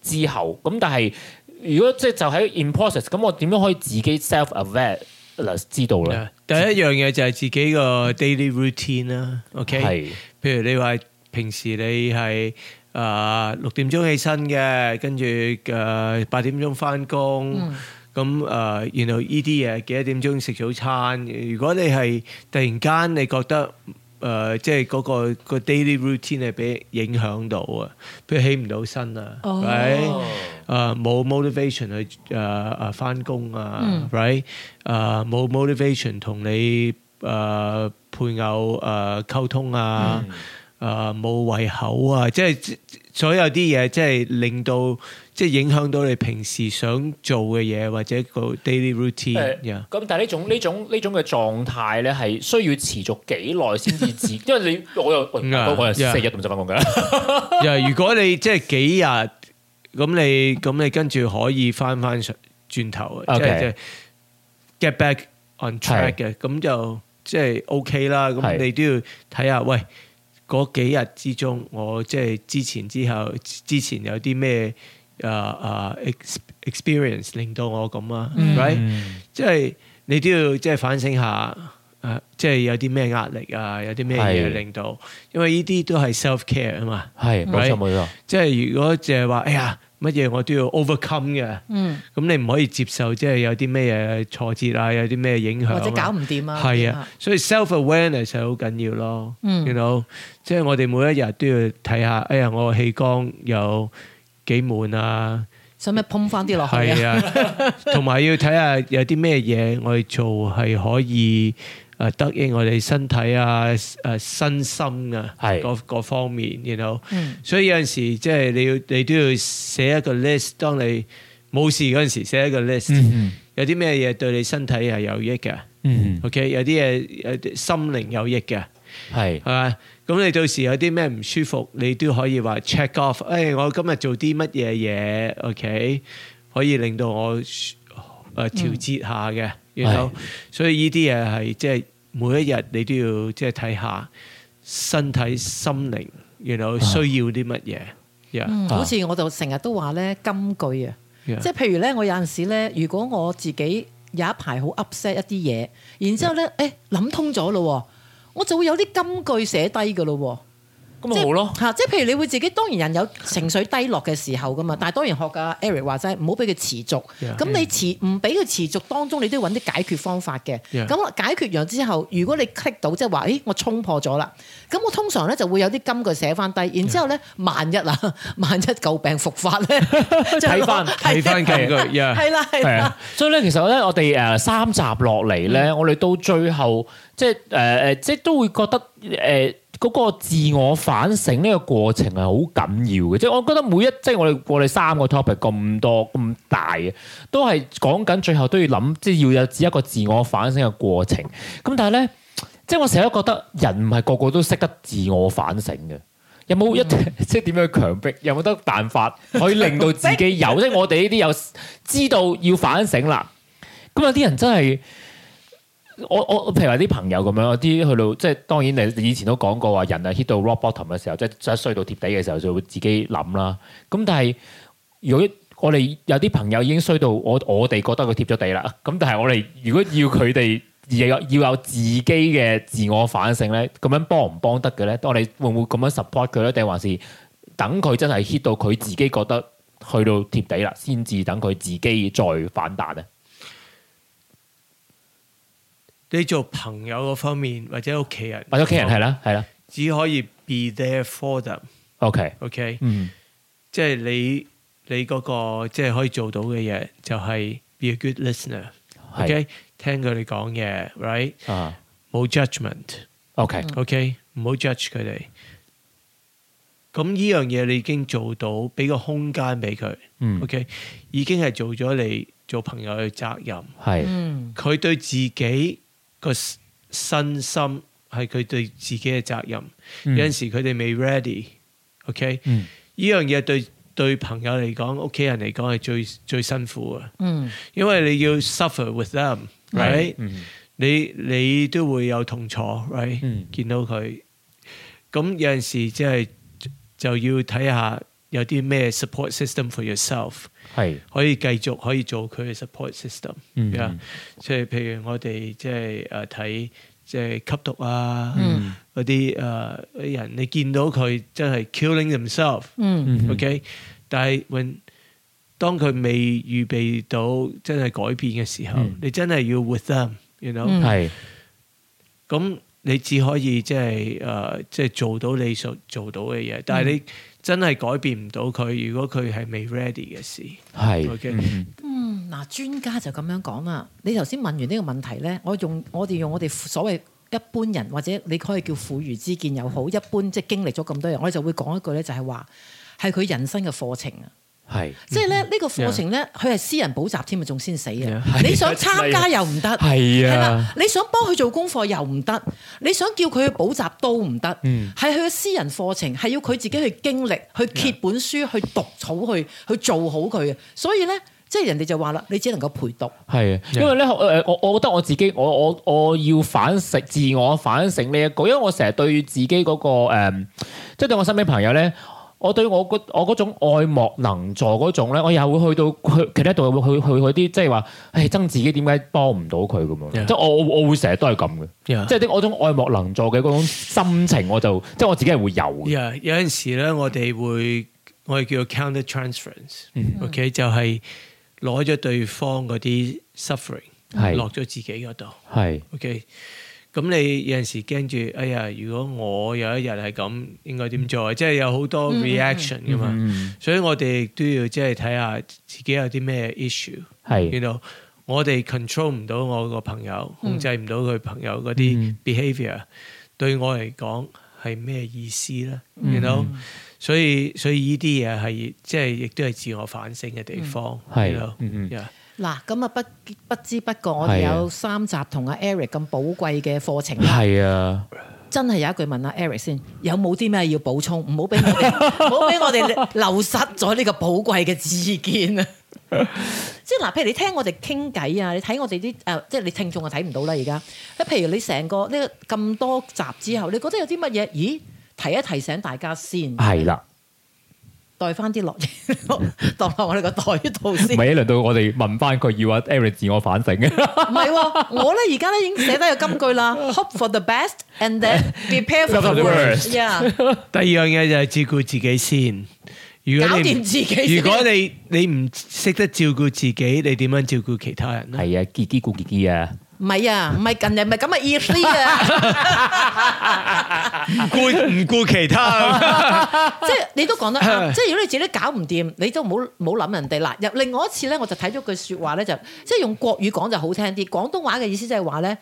之後，咁但係如果即係就喺 in process，咁我點樣可以自己 self awareness 知道咧？
第一樣嘢就係自己個 daily routine 啦，OK？
係
譬如你話平時你係誒六點鐘起身嘅，跟住誒八點鐘翻工，咁誒然後啊呢啲嘢幾多點鐘食早餐？如果你係突然間你覺得誒即係嗰個個 daily routine 係俾影響到啊，譬如起唔到身啊
哦
，right？誒冇 Ờ, motivation ờ, 去誒誒翻工啊，right？誒冇 motivation ờ, 同你誒配偶誒溝通啊，誒冇胃口啊，即係所有啲嘢，即係令到即係影響到你平時想做嘅嘢或者個
誒
daily routine。yeah
呃咁但係呢種呢種呢種嘅狀態咧，係需要持續幾耐先至 自，因為你我又喂
嗯
大哥我又
嗯
四日都唔使翻工㗎啦，
又係如果你即係幾日咁你咁你跟住可以翻翻上轉頭嘅，即
OK
係即係 get back on
係
track 嘅，咁就即係 OK 啦。咁
係
你都要睇下，喂嗰幾日之中，我即係之前之後之前有啲咩誒誒 ex experience 令到我咁啊，right？即係你都要即係反省下，誒、即係有啲咩壓力啊，有啲咩嘢
係
令到，因為呢啲都係 self care 啊嘛。
係冇錯
Right？
冇錯，
即係如果就係話，哎呀，乜嘢我都要 overcome 嘅。
嗯，
咁你唔可以接受，即係有啲咩嘢挫折啊，有啲咩影響啊
或者搞唔掂啊，
係啊，所以 self awareness 係好緊要咯。
嗯
you know，即係我哋每一日都要睇下，哎呀，我氣缸有幾滿啊，
使唔使噴翻啲落去
係
啊？
啊，同埋要睇下有啲咩嘢我哋做係可以誒得益我哋身體啊、誒身心啊，
係
各各方面，you know。
嗯
所以有陣時即係你要你都要寫一個 list，當你冇事嗰陣時寫一個 list，、
嗯
有啲咩嘢對你身體係有益嘅
嗯，
，OK？有啲嘢有啲心靈有益嘅，
係
係嘛？咁你到時有啲咩唔舒服，你都可以話 check off，誒、我今日做啲乜嘢嘢，OK？可以令到我誒、呃、調節下嘅，然後、所以呢啲嘢係即係每一日你都要即係睇下身體心靈，然後需要啲乜嘢，yeah。
嗯，
啊
好似我就成日都話咧金句啊，
Yeah.
即係譬如咧，我有陣時咧，如果我自己有一排好 upset 一啲嘢，然之後咧，誒諗通咗咯喎，我就會有啲金句寫低噶咯喎。
咁咪好咯，
嚇！即係譬如你會自己當然人有情緒低落嘅時候噶嘛，但係當然學㗎 Eric 話齋，唔好俾佢持續。
Yeah.
咁你持唔俾佢持續當中，你都要揾啲解決方法嘅。
Yeah.
咁解決完之後，如果你 click 到即係話，咦我衝破咗啦，咁我通常咧就會有啲金句寫翻低，然之後咧萬一啊， 萬一舊病復發咧，就
睇返
睇返金句，yeah.
係啦係
係
啦
啊。，所以咧，其實咧，我哋誒三集落嚟咧，我哋到最後即係誒誒，即係都會覺得誒嗰個自我反省呢個過程係好緊要嘅。即係我覺得每一即係我哋我哋三個 topic 咁多咁大嘅，都係講緊最後都要諗，即係要有一個自我反省嘅過程。咁但係咧，即係我成日都覺得人唔係個個都識得自我反省嘅。有冇一 即係點樣強迫？有冇得辦法可以令到自己有？即係我哋呢啲有知道要反省啦。咁有啲人真係，我我譬如話啲朋友咁樣，有啲去到即係當然你以前都講過話，人啊 hit 到 rock bottom 嘅時候，即係即係衰到貼地嘅時候，就會自己諗啦。咁但係如果我哋有啲朋友已經衰到我我哋覺得佢貼咗地啦，咁但係我哋如果要佢哋。要有要有自己嘅自我反省咧，咁樣幫唔幫得嘅咧？我哋會唔會咁樣 support 佢咧？定還是等佢真係 hit 到佢自己覺得去到貼地啦，先至等佢自己再反彈咧？
你做朋友嗰方面或者屋企人，
或者屋企人係啦，係啦
只可以 be there for them，OK？、
，OK，嗯，
即係你你嗰、個即係可以做到嘅嘢，就係、be a good listener，OK？、
嗯係
聽佢哋講嘢，right？
啊
冇 judgment，OK？
，OK，
唔好 judge 佢哋。咁呢樣嘢你已經做到，俾個空間俾佢
嗯，
，OK？已經係做咗你做朋友嘅責任。
係
嗯
佢對自己個身心係佢對自己嘅責任。
嗯
有陣時佢哋未 ready，OK？、
嗯
呢樣嘢對對朋友嚟講、屋企人嚟講係最最辛苦嘅，
嗯
因為你要 suffer with them，right？、
嗯
你你都會有痛楚，right？、
嗯
見到佢，咁有陣時即係就要睇下有啲咩 support system for yourself。
係
可以繼續可以做佢嘅 support system，
嗯
啊即係譬如我哋即係誒睇即係吸毒啊
Mm-hmm
嗯
嗰啲誒啲人，你見到佢真係 killing themselves，OK，、
嗯
嗯
OK？但係 when 當佢未預備到真係改變嘅時候，
嗯
你真係要 with them，you know，
嗯
係
咁、你只可以即係誒即係做到你所做到嘅嘢，但係你真係改變唔到佢，如果佢係未 ready 嘅事
係
，OK，
嗯，嗱，專家就咁樣講啦。你頭先問完呢個問題咧，我用我哋用我哋所謂一般人或者你可以叫婦孺之見又好，一般即係經歷咗咁多人，我哋就會講一句咧，就係話係佢人生嘅課程啊。
係
即係咧呢個課程咧，佢係私人補習添啊，仲先死啊！
Yeah
你想參加又唔得，
係啊
係啦，你想幫佢做功課又唔得，你想叫佢去補習都唔得，
嗯
係佢嘅私人課程，係要佢自己去經歷，去揭本書，去讀好去，去做好佢啊！所以咧，即係人哋就話啦，你只能夠陪讀，
係啊，因為咧，誒、我我覺得我自己，我我我要反省自我反省呢、一個，因為我成日對自己嗰、個、誒即係對我身邊朋友咧，我對我嗰我嗰種愛莫能助嗰種咧，我又會去到去其他度會去去去嗰啲即係話，誒憎自己點解幫唔到佢咁樣，
Yeah.
即係我我我會成日都係咁嘅，
Yeah.
即係啲我種愛莫能助嘅嗰種心情，我就即係我自己係會有嘅，
呀有陣時咧，我哋會我哋叫做 counter transference。OK，就係攞咗對方嗰啲 suffering，
係
落咗自己嗰度。
係
OK，咁你有陣時驚住，哎呀，如果我有一日係咁，應該點
嗯
做？即係有好多 reaction 噶嘛。所以我哋亦都要即係睇下自己有啲咩 issue。
係
你到我哋 control 唔到我個朋友，
嗯
控制唔到佢朋友嗰啲 behaviour，對我嚟講係咩意思咧？
嗯
你到所以所以呢啲嘢係即係亦都係自我反省嘅地方。
係
you know？
嗯嗯
Yeah
嗱，咁啊不不知不覺，我
係
哋
啊
有三集同阿 Eric 咁寶貴嘅課程啦。
係啊，
真係有一句問阿 Eric 先，有冇啲咩要補充？唔好俾我哋， 唔好俾我哋流失咗呢個寶貴嘅意見啊！即係嗱，譬如你聽我哋傾偈啊，你睇我哋啲誒，即係你聽眾啊睇唔到啦而家。譬如你成個呢個咁多集之後，你覺得有啲乜嘢？咦，提一提醒大家先，
係啦，
袋翻啲落 當落我哋個袋度
唔
先。
係一輪到我哋問翻佢要阿 Eric 自我反省嘅，
唔係喎，我咧而家咧已經寫低個金句啦，hope for the best and then prepare for the
For the
worst
worst。
Yeah，
第二樣嘢就係照顧自己先。如果
搞
你
掂
唔
自己先
如果你你唔識得照顧自己，你點樣照顧其他人咧？
係啊，結結顧結結啊，
唔係啊，唔係近日唔係咁嘅意思 啊，
唔顧唔顧其 他，
即係你都講得 啱，即係如果你自己搞唔掂，你都唔好唔好諗人哋啦。又另外一次咧，我就睇咗句説話咧，就即係用國語講就好聽啲，廣東話嘅意思即係話咧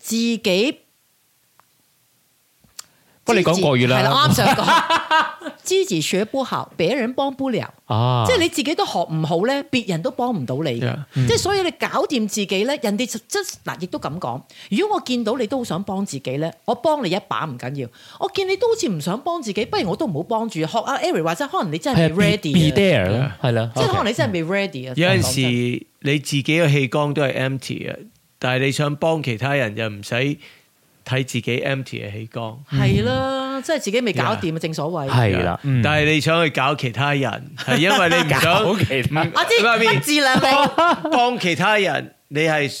自己。
不過你講國語啦
係啦，我啱想講， 自己學不好，別人幫不了。
啊，
即係你自己都學唔好咧，別人都幫唔到你嘅
Yeah.
即係所以你搞掂自己咧，人哋就即嗱，亦都咁講。如果我見到你都好想幫自己咧，我幫你一把唔緊要。我見你都好似唔想幫自己，不如我都唔好幫住。學阿 Eric 話齋，可能你真
係啊
係未
be- be
ready 啊
there 啦，係啦，
即係可能
OK
你真係未 ready 啊。
有陣
講真
時你自己嘅氣缸都係 empty 嘅，但係你想幫其他人又唔使睇自己 empty 嘅氣缸。
係啦，即係自己未搞掂啊，正所謂。
係啦，嗯
但係你想去搞其他人，係因為 你唔想
搞其他
我知
唔係
不自量力。
幫 幫其他人，你係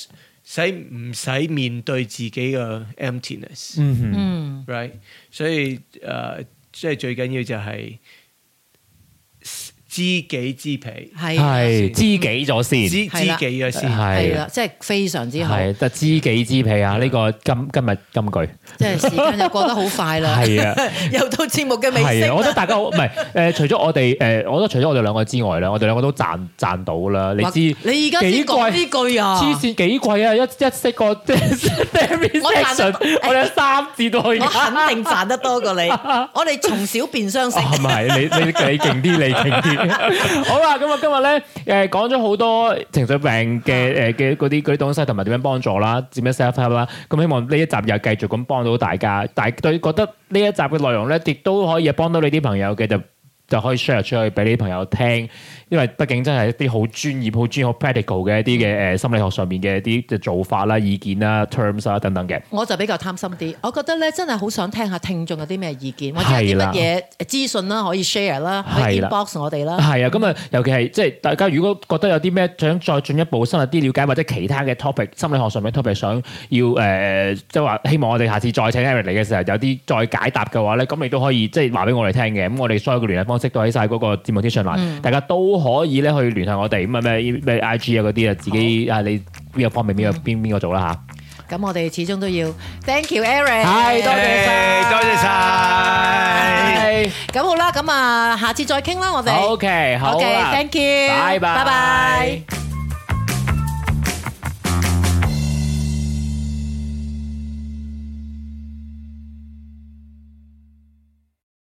使唔使面對自己嘅 emptiness？
嗯，
right？所以誒、呃即係最緊要就係知己知彼，
係啊
係知己咗
知
先，
知己嘅先。
係
係
啦，即係非常之好，
係，但知己知彼啊！呢個今今日金句
即係時間又過得好快啦。
係啊，
又到節目嘅尾
係啊，
聲
我覺得
啦。
大家好唔係誒，除咗我哋誒，我覺得除咗我哋兩個之外咧，我哋兩個都賺賺到啦。你知
啊哇你而家先講呢
幾貴
句啊？
黐線幾貴啊！一一識個 d
我賺哎得
e section，我哋有三至到 而
我
家。
肯定賺得多過 你。我哋從小便相識
哦，唔係你你你勁啲，你 勁啲。好啦，咁啊，今日咧誒講咗好多情緒病
啊
嘅誒嘅嗰啲嗰啲東西，同埋點樣幫助啦，點樣 self help 啦。咁希望呢一集又繼續咁幫到大家。但係對覺得呢一集嘅內容咧，亦都可以幫到你啲朋友嘅就。就可以 share 出去俾你啲朋友聽，因為畢竟真係一啲好專業、好專業、好 practical 嘅一啲嘅誒心理學上面嘅一啲嘅做法啦、意見啦、terms 啦等等嘅。
我就比較貪心啲，我覺得咧真係好想聽下聽眾有啲咩意見，或者有
係
啲
啦
乜嘢資訊啦，可以 share 啦，可以
係啦
inbox 我哋 啦。
係啊，咁啊，尤其係即係大家如果覺得有啲咩想再進一步深入啲了解，或者其他嘅 topic 心理學上面嘅 topic 想要誒、呃即係話希望我哋下次再請 Eric 嚟嘅時候有啲再解答嘅話咧，咁你都可以即係話俾我哋聽嘅。咁我哋所有嘅聯繫方式都喺晒嗰個節目資訊欄，大家都可以咧去聯繫我哋咁啊咩咩 IG 啊嗰啲啊，自己啊你邊個方面邊個邊邊個做啦
咁我哋始終都要 thank you Eric。
嚇。係，多謝
誒
晒，
多謝晒。
咁好啦，咁啊，下次再傾啦，我哋。
OK，好
OK，
啊
thank you。
拜
拜
拜
拜。